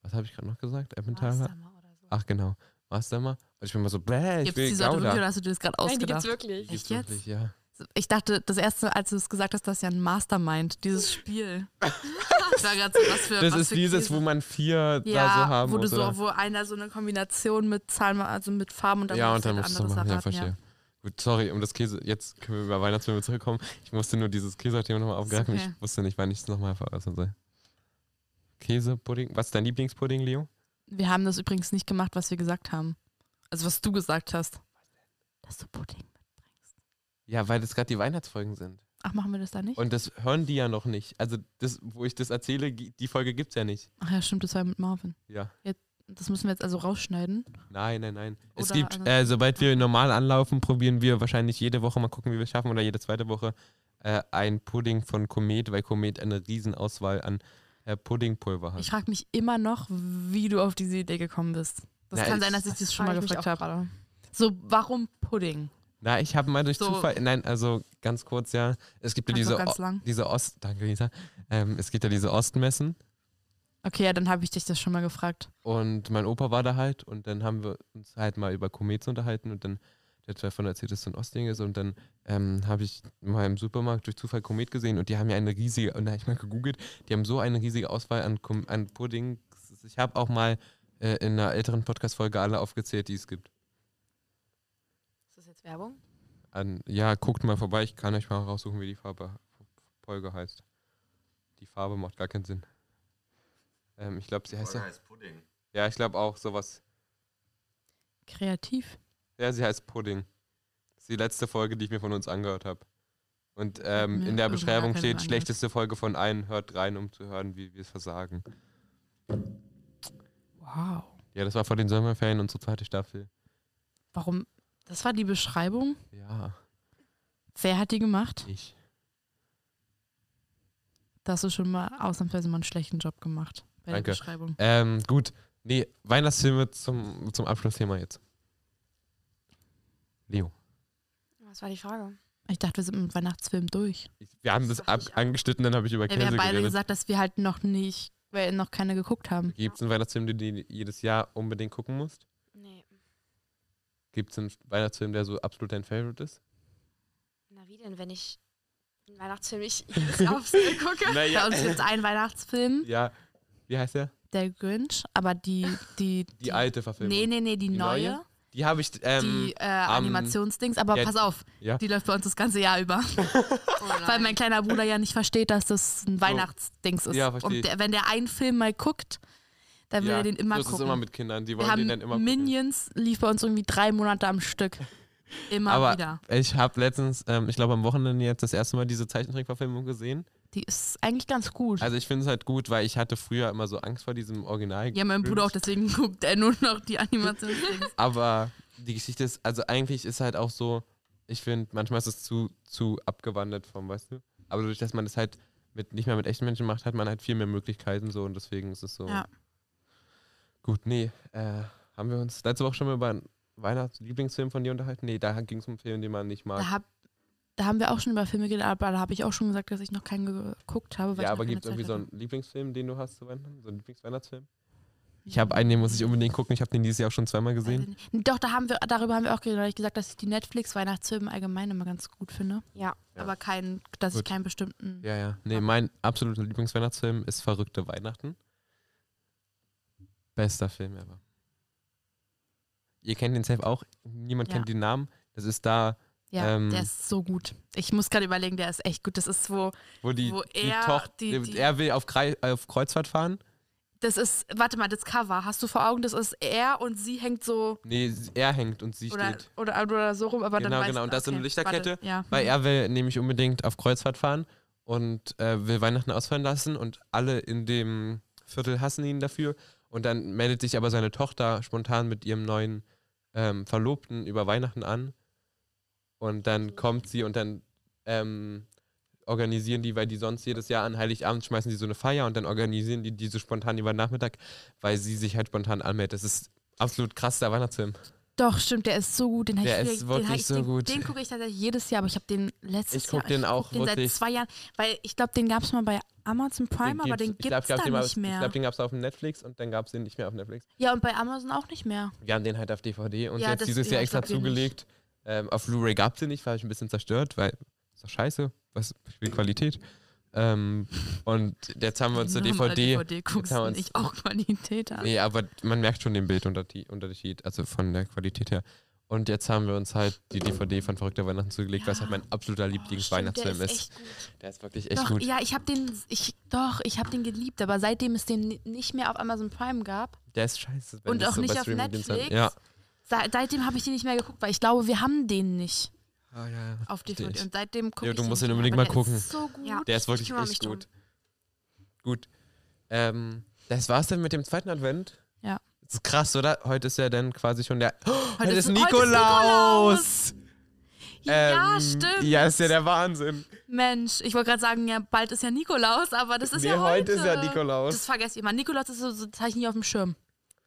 Speaker 1: Was habe ich gerade noch gesagt? Emmentaler?
Speaker 2: Maßdamer oder so.
Speaker 1: Ach, genau. Maßdamer. Und ich bin immer so, bläh, ich
Speaker 2: Gibt's die
Speaker 1: will
Speaker 2: Sorte wirklich oder
Speaker 1: Gouda.
Speaker 2: hast du dir das gerade
Speaker 3: Nein, die
Speaker 2: ausgedacht?
Speaker 3: gibt's wirklich.
Speaker 1: Gibt's
Speaker 2: Echt jetzt?
Speaker 1: wirklich, ja.
Speaker 2: Ich dachte, das erste, als du es gesagt hast, das ist ja ein Mastermind, dieses Spiel. Ich war grad so, was für,
Speaker 1: Das
Speaker 2: was
Speaker 1: ist
Speaker 2: für
Speaker 1: dieses,
Speaker 2: Käse.
Speaker 1: wo man vier
Speaker 2: ja,
Speaker 1: da so haben
Speaker 2: wo, du
Speaker 1: muss.
Speaker 2: so,
Speaker 1: oder?
Speaker 2: wo einer so eine Kombination mit Zahlen, also mit Farben und dann
Speaker 1: ja,
Speaker 2: muss
Speaker 1: und dann
Speaker 2: halt
Speaker 1: musst du
Speaker 2: anderes
Speaker 1: machen. Ja,
Speaker 2: erraten,
Speaker 1: verstehe. Gut, sorry, um das Käse. Jetzt können wir über Weihnachtsfilme zurückkommen. Ich musste nur dieses Käse-Thema nochmal aufgreifen.
Speaker 2: okay.
Speaker 1: Ich wusste nicht, wann ich es nochmal veräußern soll. Käsepudding. Was ist dein Lieblingspudding, Leo?
Speaker 2: Wir haben das übrigens nicht gemacht, was wir gesagt haben. Also was du gesagt hast. Dass du Pudding mitbringst.
Speaker 1: Ja, weil das gerade die Weihnachtsfolgen sind.
Speaker 2: Ach, machen wir das da nicht?
Speaker 1: Und das hören die ja noch nicht. Also, das, wo ich das erzähle, gi- die Folge gibt's ja nicht.
Speaker 2: Ach ja, stimmt, das war mit Marvin.
Speaker 1: Ja.
Speaker 2: Das müssen wir jetzt also rausschneiden.
Speaker 1: Nein, nein, nein. es
Speaker 2: Oder
Speaker 1: gibt,
Speaker 2: also-
Speaker 1: äh, sobald wir normal anlaufen, probieren wir wahrscheinlich jede Woche, mal gucken, wie wir es schaffen, oder jede zweite Woche, äh, ein Pudding von Komet, weil Komet eine Riesenauswahl an äh, Puddingpulver hat.
Speaker 2: Ich frage mich immer noch, wie du auf diese Idee gekommen bist. Das
Speaker 1: Na,
Speaker 2: kann
Speaker 1: ich-
Speaker 2: sein, dass ich
Speaker 3: das
Speaker 2: das schon
Speaker 3: frag
Speaker 2: mal
Speaker 3: ich mich
Speaker 2: gefragt
Speaker 3: auch
Speaker 2: habe. So, warum Pudding?
Speaker 1: Na, ich habe mal durch
Speaker 2: So-
Speaker 1: Zufall, nein, also ganz kurz, ja. Es gibt ja
Speaker 2: Mach doch
Speaker 1: diese,
Speaker 2: ganz
Speaker 1: O-
Speaker 2: lang.
Speaker 1: diese Ost, danke Lisa, ähm, es gibt ja diese Ostmessen.
Speaker 2: Okay, ja, dann habe ich dich das schon mal gefragt.
Speaker 1: Und mein Opa war da halt und dann haben wir uns halt mal über Komets unterhalten und dann der hat davon erzählt, dass es so ein Ostding ist und dann ähm, habe ich mal im Supermarkt durch Zufall Komet gesehen und die haben ja eine riesige, und da habe ich mal gegoogelt, die haben so eine riesige Auswahl an, Kom an Puddings. Ich habe auch mal äh, in einer älteren Podcast-Folge alle aufgezählt, die es gibt.
Speaker 3: Ist das jetzt Werbung?
Speaker 1: An, ja, guckt mal vorbei, ich kann euch mal raussuchen, wie die Farbe Folge heißt. Die Farbe macht gar keinen Sinn. Ähm, ich glaube, sie heißt
Speaker 4: Folge
Speaker 1: ja.
Speaker 4: heißt Pudding.
Speaker 1: Ja, ich glaube auch sowas.
Speaker 2: Kreativ.
Speaker 1: Ja, sie heißt Pudding. Das ist die letzte Folge, die ich mir von uns angehört habe. Und ähm,
Speaker 2: mir
Speaker 1: in der
Speaker 2: irgendwann
Speaker 1: Beschreibung
Speaker 2: keine
Speaker 1: steht,
Speaker 2: angehört.
Speaker 1: schlechteste Folge von allen, hört rein, um zu hören, wie wir es versagen.
Speaker 2: Wow.
Speaker 1: Ja, das war vor den Sommerferien unsere zweite Staffel.
Speaker 2: Warum? Das war die Beschreibung.
Speaker 1: Ja,
Speaker 2: Wer hat die gemacht?
Speaker 1: ich.
Speaker 2: Da hast du schon mal ausnahmsweise mal einen schlechten Job gemacht bei
Speaker 1: Danke.
Speaker 2: der Beschreibung.
Speaker 1: Ähm, gut. Nee, Weihnachtsfilme zum, zum Abschlussthema jetzt. Leo.
Speaker 3: Was war die Frage?
Speaker 2: Ich dachte, wir sind mit dem Weihnachtsfilm durch.
Speaker 1: Ich, wir haben das
Speaker 3: Sag
Speaker 1: ab,
Speaker 3: ich auch.
Speaker 1: angeschnitten, dann habe ich über
Speaker 2: Ja, wir haben
Speaker 1: Käse
Speaker 2: beide
Speaker 1: geredet.
Speaker 2: gesagt, dass wir halt noch nicht, weil noch keine geguckt haben.
Speaker 1: Gibt es einen Weihnachtsfilm, den du jedes Jahr unbedingt gucken musst?
Speaker 3: Nee.
Speaker 1: Gibt es einen Weihnachtsfilm, der so absolut dein Favorite ist?
Speaker 3: Na wie denn, wenn ich einen Weihnachtsfilm nicht jedes Jahr aufs Bild gucke?
Speaker 2: Bei uns gibt es einen Weihnachtsfilm,
Speaker 1: ja. Wie heißt der?
Speaker 2: der Grinch, aber die, die,
Speaker 1: Die, alte Verfilmung.
Speaker 2: Nee, nee, nee, die,
Speaker 1: Die neue?
Speaker 2: neue,
Speaker 1: Die habe ich. Ähm,
Speaker 2: die äh, Animationsdings, aber
Speaker 1: ja,
Speaker 2: pass auf,
Speaker 1: ja.
Speaker 2: die läuft bei uns das ganze Jahr über. Weil mein kleiner Bruder ja nicht versteht, dass das ein Weihnachtsdings ist.
Speaker 1: Ja, verstehe ich.
Speaker 2: Und der, wenn der einen Film mal guckt, dann will
Speaker 1: ja.
Speaker 2: er den immer
Speaker 1: so ist es
Speaker 2: gucken.
Speaker 1: immer mit Kindern. Die
Speaker 2: Wir
Speaker 1: wollen den
Speaker 2: haben
Speaker 1: dann immer gucken.
Speaker 2: Minions lief bei uns irgendwie drei Monate am Stück. Immer
Speaker 1: Aber
Speaker 2: wieder.
Speaker 1: ich habe letztens, ähm, ich glaube am Wochenende jetzt das erste Mal diese Zeichentrickverfilmung gesehen.
Speaker 2: Die ist eigentlich ganz gut.
Speaker 1: Also ich finde es halt gut, weil ich hatte früher immer so Angst vor diesem Original.
Speaker 2: ja, mein Bruder auch, deswegen guckt er nur noch die Animationsdings.
Speaker 1: Aber die Geschichte ist, also eigentlich ist halt auch so, ich finde, manchmal ist es zu, zu abgewandert vom, weißt du? Aber dadurch, dass man das halt mit, nicht mehr mit echten Menschen macht, hat man halt viel mehr Möglichkeiten so und deswegen ist es so.
Speaker 2: Ja.
Speaker 1: Gut, nee, äh, haben wir uns letzte Woche schon mal über einen Weihnachtslieblingsfilm von dir unterhalten? Nee, da ging es um einen Film, den man nicht mag.
Speaker 2: da, hab, da haben wir auch schon über Filme geredet, aber da habe ich auch schon gesagt, dass ich noch keinen geguckt habe. weil ich
Speaker 1: Ja,
Speaker 2: noch
Speaker 1: aber
Speaker 2: keine
Speaker 1: gibt es
Speaker 2: Zeit
Speaker 1: irgendwie so
Speaker 2: hatte.
Speaker 1: einen Lieblingsfim, den du hast zu Weihnachten? So einen Lieblingsweihnachtsfilm? Ich habe einen, den muss ich unbedingt gucken. Ich habe den dieses Jahr auch schon zweimal gesehen.
Speaker 2: Weiß ich nicht. Doch, da haben wir, darüber haben wir auch geredet, weil ich gesagt, dass ich die Netflix-Weihnachtsfilme allgemein immer ganz gut finde.
Speaker 3: Ja.
Speaker 1: Ja.
Speaker 2: Aber keinen, dass
Speaker 1: Gut.
Speaker 2: ich keinen bestimmten.
Speaker 1: Ja, ja. Nee, mein absoluter Lieblingsweihnachtsfilm ist Verrückte Weihnachten. Bester Film ever. Ihr kennt den safe auch. Niemand
Speaker 2: Ja.
Speaker 1: kennt den Namen. Das ist da,
Speaker 2: Ja,
Speaker 1: Ähm.
Speaker 2: der ist so gut. Ich muss gerade überlegen, der ist echt gut. Das ist wo.
Speaker 1: wo die,
Speaker 2: Wo
Speaker 1: die
Speaker 2: er
Speaker 1: Tochter,
Speaker 2: die- die-
Speaker 1: er will auf, Krei, auf Kreuzfahrt fahren.
Speaker 2: Das ist, warte mal, das Cover. Hast du vor Augen, das ist er und sie hängt so
Speaker 1: Nee, er hängt und sie
Speaker 2: oder,
Speaker 1: steht.
Speaker 2: oder, oder so rum, aber
Speaker 1: Genau,
Speaker 2: dann. weiß-
Speaker 1: genau. Und da ist so eine Lichterkette.
Speaker 2: Warte, ja.
Speaker 1: Weil er will nämlich unbedingt auf Kreuzfahrt fahren und äh, will Weihnachten ausfallen lassen und alle in dem Viertel hassen ihn dafür. Und dann meldet sich aber seine Tochter spontan mit ihrem neuen ähm, Verlobten über Weihnachten an. Und dann kommt sie und dann ähm, organisieren die, weil die sonst jedes Jahr an Heiligabend schmeißen die so eine Feier und dann organisieren die diese spontan über den Nachmittag, weil sie sich halt spontan anmeldet. Das ist absolut krass, der Weihnachtsfilm.
Speaker 2: Doch, stimmt, der ist so gut. Den hab
Speaker 1: Der
Speaker 2: ich
Speaker 1: ist
Speaker 2: wieder-
Speaker 1: wirklich
Speaker 2: den hab ich,
Speaker 1: so
Speaker 2: den,
Speaker 1: gut.
Speaker 2: Den gucke ich tatsächlich jedes Jahr, aber ich habe den letztes
Speaker 1: Ich guck
Speaker 2: Jahr.
Speaker 1: den auch
Speaker 2: den
Speaker 1: wirklich.
Speaker 2: seit zwei Jahren, weil ich glaube, den gab es mal bei Amazon Prime, aber den
Speaker 1: gibt's- ich glaub,
Speaker 2: gibt
Speaker 1: gab's
Speaker 2: es da
Speaker 1: den mal-
Speaker 2: nicht
Speaker 1: Ich
Speaker 2: mehr.
Speaker 1: glaube, den gab es auf Netflix und dann gab es den nicht mehr auf Netflix.
Speaker 2: Ja, und bei Amazon auch nicht mehr.
Speaker 1: Wir haben den halt auf DVD und
Speaker 2: Ja,
Speaker 1: jetzt
Speaker 2: das-
Speaker 1: dieses
Speaker 2: ja,
Speaker 1: Jahr
Speaker 2: ich
Speaker 1: extra
Speaker 2: glaub, den
Speaker 1: zugelegt. Ähm, auf Blu-ray gab es den nicht, war ich ein bisschen zerstört, weil ist doch scheiße, was für die Qualität. Ähm, und jetzt haben wir uns zur DVD.
Speaker 2: DVD guckst
Speaker 1: haben wir
Speaker 2: du
Speaker 1: uns-
Speaker 2: nicht auch Qualität an.
Speaker 1: Nee, aber man merkt schon den Bildunterschied, also von der Qualität her. Und jetzt haben wir uns halt die DVD von Verrückter Weihnachten zugelegt, was
Speaker 2: Ja.
Speaker 1: halt mein absoluter Lieblingsweihnachtsfilm
Speaker 3: der
Speaker 1: ist.
Speaker 3: ist. Echt gut.
Speaker 1: Der ist wirklich echt
Speaker 2: doch,
Speaker 1: gut.
Speaker 2: ja, ich habe den, ich, doch, ich habe den geliebt, aber seitdem es den ni- nicht mehr auf Amazon Prime gab
Speaker 1: Der ist scheiße. wenn
Speaker 2: und
Speaker 1: das
Speaker 2: auch
Speaker 1: so bei
Speaker 2: nicht auf
Speaker 1: Streamingdiensten-
Speaker 2: Netflix,
Speaker 1: Ja.
Speaker 2: se- seitdem habe ich den nicht mehr geguckt, weil ich glaube, wir haben den nicht
Speaker 1: Ah, ja, ja.
Speaker 2: auf
Speaker 1: Versteh
Speaker 2: DVD
Speaker 1: ich.
Speaker 2: und seitdem gucke
Speaker 1: Ja,
Speaker 2: ich
Speaker 1: du musst
Speaker 2: nicht
Speaker 1: ihn
Speaker 2: mehr,
Speaker 1: unbedingt
Speaker 2: aber
Speaker 1: mal
Speaker 2: der
Speaker 1: gucken.
Speaker 2: Ist so gut.
Speaker 3: Ja.
Speaker 1: Der ist wirklich
Speaker 3: Ich kümmere
Speaker 1: echt
Speaker 3: mich drum.
Speaker 1: gut. Gut. Ähm, das war's dann mit dem zweiten Advent.
Speaker 2: Ja.
Speaker 1: Das ist krass, oder? Heute ist ja dann quasi schon der. Heute,
Speaker 2: ist- heute ist
Speaker 1: Nikolaus!
Speaker 2: ja,
Speaker 1: Ähm,
Speaker 2: stimmt.
Speaker 1: Ja, ist ja der Wahnsinn.
Speaker 2: Mensch, ich wollte gerade sagen, ja, bald ist ja Nikolaus, aber das ist
Speaker 1: nee,
Speaker 2: ja heute.
Speaker 1: heute ist ja Nikolaus.
Speaker 2: Das vergesst ihr immer. Nikolaus ist so, so das hab ich nie auf dem Schirm.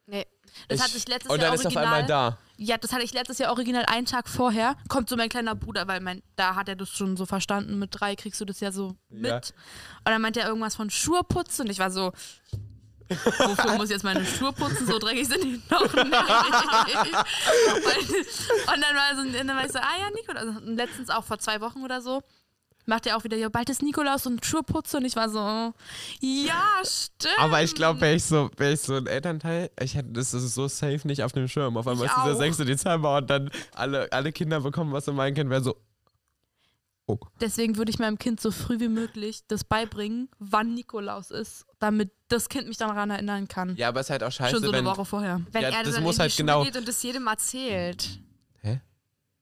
Speaker 3: Nee.
Speaker 2: Das
Speaker 1: Ich-
Speaker 2: hatte ich letztes
Speaker 1: Und
Speaker 2: Jahr
Speaker 1: dann ist er auf einmal
Speaker 2: original-
Speaker 1: da.
Speaker 2: Ja, das hatte ich letztes Jahr original einen Tag vorher. Kommt so mein kleiner Bruder, weil mein, da hat er das schon so verstanden. Mit drei kriegst du das ja so mit.
Speaker 1: Ja.
Speaker 2: Und dann meinte er irgendwas von Schuhputz und ich war so, wofür muss ich jetzt meine Schuhe putzen? So dreckig sind die noch nicht. und, und dann war, so, und dann war ich so, ah ja, Nikolaus. Und letztens auch vor zwei Wochen oder so. Macht er auch wieder, ja, bald ist Nikolaus und Schuhe putze. Und ich war so, ja, stimmt.
Speaker 1: Aber ich
Speaker 2: Ähm.
Speaker 1: glaube, wäre ich, so, wär ich so ein Elternteil, ich hätte das ist so safe nicht auf dem Schirm. Auf einmal
Speaker 2: Ich
Speaker 1: ist dieser
Speaker 2: auch.
Speaker 1: 6. Dezember und dann alle, alle Kinder bekommen, was sie meinen können, wäre so. Oh.
Speaker 2: Deswegen würde ich meinem Kind so früh wie möglich das beibringen, wann Nikolaus ist, damit das Kind mich daran erinnern kann.
Speaker 1: Ja, aber es ist halt auch scheiße,
Speaker 2: Schon so
Speaker 1: wenn.
Speaker 2: eine Woche vorher.
Speaker 3: Wenn
Speaker 1: Ja,
Speaker 3: er
Speaker 1: das
Speaker 3: dann
Speaker 1: muss
Speaker 3: in die
Speaker 1: halt
Speaker 3: Schule
Speaker 1: genau-
Speaker 3: geht und das jedem erzählt.
Speaker 1: Hä?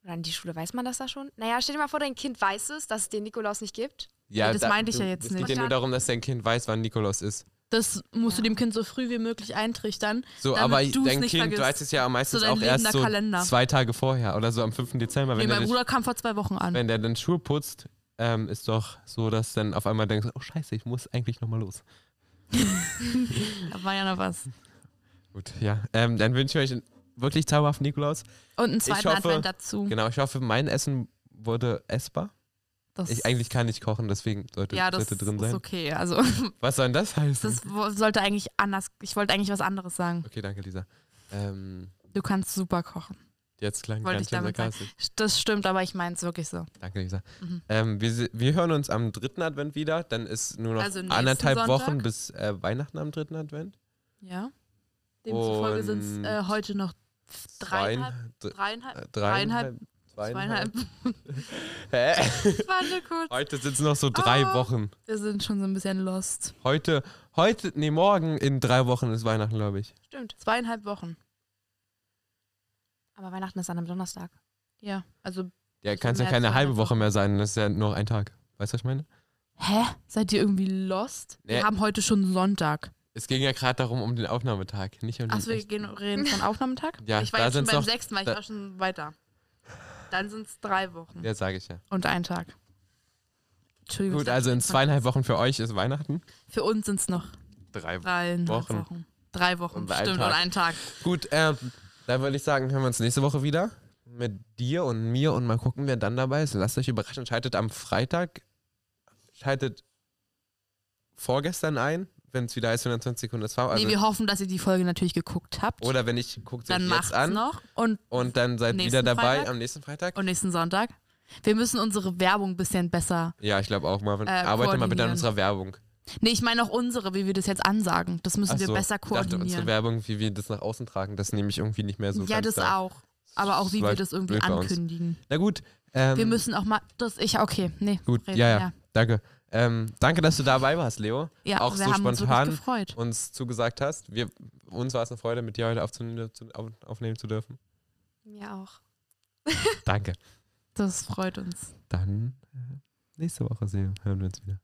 Speaker 3: Oder in die Schule weiß man das da schon? Naja, stell dir mal vor, dein Kind weiß es, dass es den Nikolaus nicht gibt.
Speaker 2: Ja, das meinte ich ja jetzt
Speaker 1: es Es
Speaker 2: nicht.
Speaker 1: geht ja nur darum, dass dein Kind weiß, wann Nikolaus ist.
Speaker 2: Das musst
Speaker 3: Ja.
Speaker 2: du dem Kind so früh wie möglich eintrichtern.
Speaker 1: So,
Speaker 2: Damit
Speaker 1: aber
Speaker 2: du's
Speaker 1: dein
Speaker 2: nicht
Speaker 1: Kind
Speaker 2: vergisst.
Speaker 1: weiß es ja meistens
Speaker 2: So dein
Speaker 1: auch erst
Speaker 2: lebender
Speaker 1: so
Speaker 2: Kalender.
Speaker 1: zwei Tage vorher oder so am 5. Dezember,
Speaker 2: Nee,
Speaker 1: wenn,
Speaker 2: mein
Speaker 1: der,
Speaker 2: Bruder kam vor zwei Wochen an.
Speaker 1: wenn der dann Schuhe putzt, ähm, ist doch so, dass dann auf einmal denkst, oh scheiße, ich muss eigentlich nochmal los.
Speaker 2: Da war ja noch was.
Speaker 1: Gut, ja. Ähm, dann wünsche ich euch einen wirklich zauberhaften Nikolaus.
Speaker 2: Und einen zweiten
Speaker 1: hoffe-
Speaker 2: Advent dazu.
Speaker 1: Genau, ich hoffe, mein Essen wurde essbar.
Speaker 2: Das,
Speaker 1: Ich, eigentlich kann ich kochen, deswegen sollte,
Speaker 2: ja, das
Speaker 1: sollte drin
Speaker 2: ist
Speaker 1: sein.
Speaker 2: okay. Also,
Speaker 1: Was soll denn das heißen?
Speaker 2: das wo- sollte eigentlich anders. Ich wollte eigentlich was anderes sagen.
Speaker 1: okay, danke, Lisa. Ähm,
Speaker 2: Du kannst super kochen.
Speaker 1: jetzt klang
Speaker 2: Wollte
Speaker 1: ganz
Speaker 2: ich
Speaker 1: schön
Speaker 2: damit sagen.
Speaker 1: sarkastisch.
Speaker 2: Das stimmt, aber ich meine es wirklich so.
Speaker 1: Danke, Lisa.
Speaker 2: Mhm.
Speaker 1: Ähm, wir, se- wir hören uns am dritten Advent wieder. Dann ist nur noch
Speaker 2: Also nächsten
Speaker 1: anderthalb
Speaker 2: Sonntag.
Speaker 1: Wochen bis äh, Weihnachten am dritten Advent.
Speaker 2: Ja. Demzufolge sind es äh,
Speaker 1: Und-
Speaker 2: heute noch dreieinhalb,
Speaker 1: Zwei-
Speaker 2: dreieinhalb,
Speaker 1: dr- äh, dreieinhalb,
Speaker 2: zweieinhalb.
Speaker 1: zweieinhalb. Hä?
Speaker 2: Warte kurz.
Speaker 1: Heute sind es noch so drei
Speaker 2: Ah.
Speaker 1: Wochen.
Speaker 2: Wir sind schon so ein bisschen lost.
Speaker 1: Heute, heute, nee, morgen in drei Wochen ist Weihnachten, glaube ich.
Speaker 3: Stimmt.
Speaker 2: Zweieinhalb Wochen.
Speaker 3: Aber Weihnachten ist dann am Donnerstag.
Speaker 2: Ja. Also,
Speaker 1: Ja,
Speaker 2: Ich
Speaker 1: kann es ja
Speaker 2: bin
Speaker 1: keine
Speaker 2: jetzt
Speaker 1: halbe
Speaker 2: Weihnachten.
Speaker 1: Woche mehr sein, das ist ja nur ein Tag. Weißt du, was ich meine?
Speaker 2: hä? Seid ihr irgendwie lost? Wir
Speaker 1: Nee.
Speaker 2: haben heute schon Sonntag.
Speaker 1: Es ging ja gerade darum, um den Aufnahmetag, nicht um den
Speaker 2: Achso, wir
Speaker 1: echten.
Speaker 2: gehen, reden von Aufnahmetag?
Speaker 1: Ja,
Speaker 2: ich war
Speaker 1: da
Speaker 2: jetzt schon
Speaker 1: sind's
Speaker 2: beim
Speaker 1: noch-
Speaker 2: sechsten, weil ich
Speaker 1: da-
Speaker 2: war schon weiter. Dann sind es drei Wochen.
Speaker 1: Ja, sage ich ja.
Speaker 2: Und ein Tag. Entschuldigung.
Speaker 1: Gut,
Speaker 2: ich
Speaker 1: also
Speaker 2: dachte,
Speaker 1: in zweieinhalb Wochen für euch ist Weihnachten.
Speaker 2: Für uns sind es noch
Speaker 1: Drei
Speaker 2: dreieinhalb
Speaker 1: Wochen.
Speaker 2: Wochen. Drei Wochen,
Speaker 1: Und ein
Speaker 2: stimmt,
Speaker 1: Tag.
Speaker 2: und einen Tag.
Speaker 1: Gut, ähm, dann würde ich sagen, hören wir uns nächste Woche wieder mit dir und mir und mal gucken, wer dann dabei ist. Lasst euch überraschen, schaltet am Freitag, schaltet vorgestern ein, wenn es wieder heißt 120 Sekunden SV. Also,
Speaker 2: nee, wir hoffen, dass ihr die Folge natürlich geguckt habt.
Speaker 1: oder wenn nicht, guckt es euch
Speaker 2: dann macht's
Speaker 1: jetzt an
Speaker 2: noch. Und,
Speaker 1: und dann seid
Speaker 2: Nächsten
Speaker 1: wieder dabei
Speaker 2: Freitag?
Speaker 1: am nächsten Freitag.
Speaker 2: und nächsten Sonntag. Wir müssen unsere Werbung ein bisschen besser.
Speaker 1: ja, ich glaube auch, Marvin.
Speaker 2: Äh,
Speaker 1: arbeite mal bitte an
Speaker 2: koordinieren.
Speaker 1: unserer Werbung.
Speaker 2: Nee, ich meine auch unsere, wie wir das jetzt ansagen. Das müssen
Speaker 1: Ach
Speaker 2: wir
Speaker 1: so,
Speaker 2: besser
Speaker 1: ich dachte, unsere
Speaker 2: koordinieren.
Speaker 1: Werbung, wie wir das nach außen tragen, das nehme ich irgendwie nicht mehr so
Speaker 2: ja,
Speaker 1: ganz
Speaker 2: das
Speaker 1: da.
Speaker 2: auch. Aber auch, wie wir
Speaker 1: läuft
Speaker 2: das irgendwie
Speaker 1: blöd bei uns.
Speaker 2: ankündigen.
Speaker 1: Na gut. Ähm,
Speaker 2: Wir müssen auch mal. Das, ich, okay, nee.
Speaker 1: Gut,
Speaker 2: reden,
Speaker 1: ja, ja. Danke. Ähm, danke, dass du dabei warst, Leo.
Speaker 2: Ja,
Speaker 1: Auch
Speaker 2: wir
Speaker 1: so
Speaker 2: haben
Speaker 1: spontan.
Speaker 2: uns wirklich gefreut.
Speaker 1: Uns zugesagt hast. Wir, uns war es eine Freude, mit dir heute aufzunehmen, zu, auf, aufnehmen zu dürfen.
Speaker 3: Mir auch.
Speaker 1: Danke.
Speaker 2: Das freut uns.
Speaker 1: Dann äh, nächste Woche sehen, hören wir uns wieder.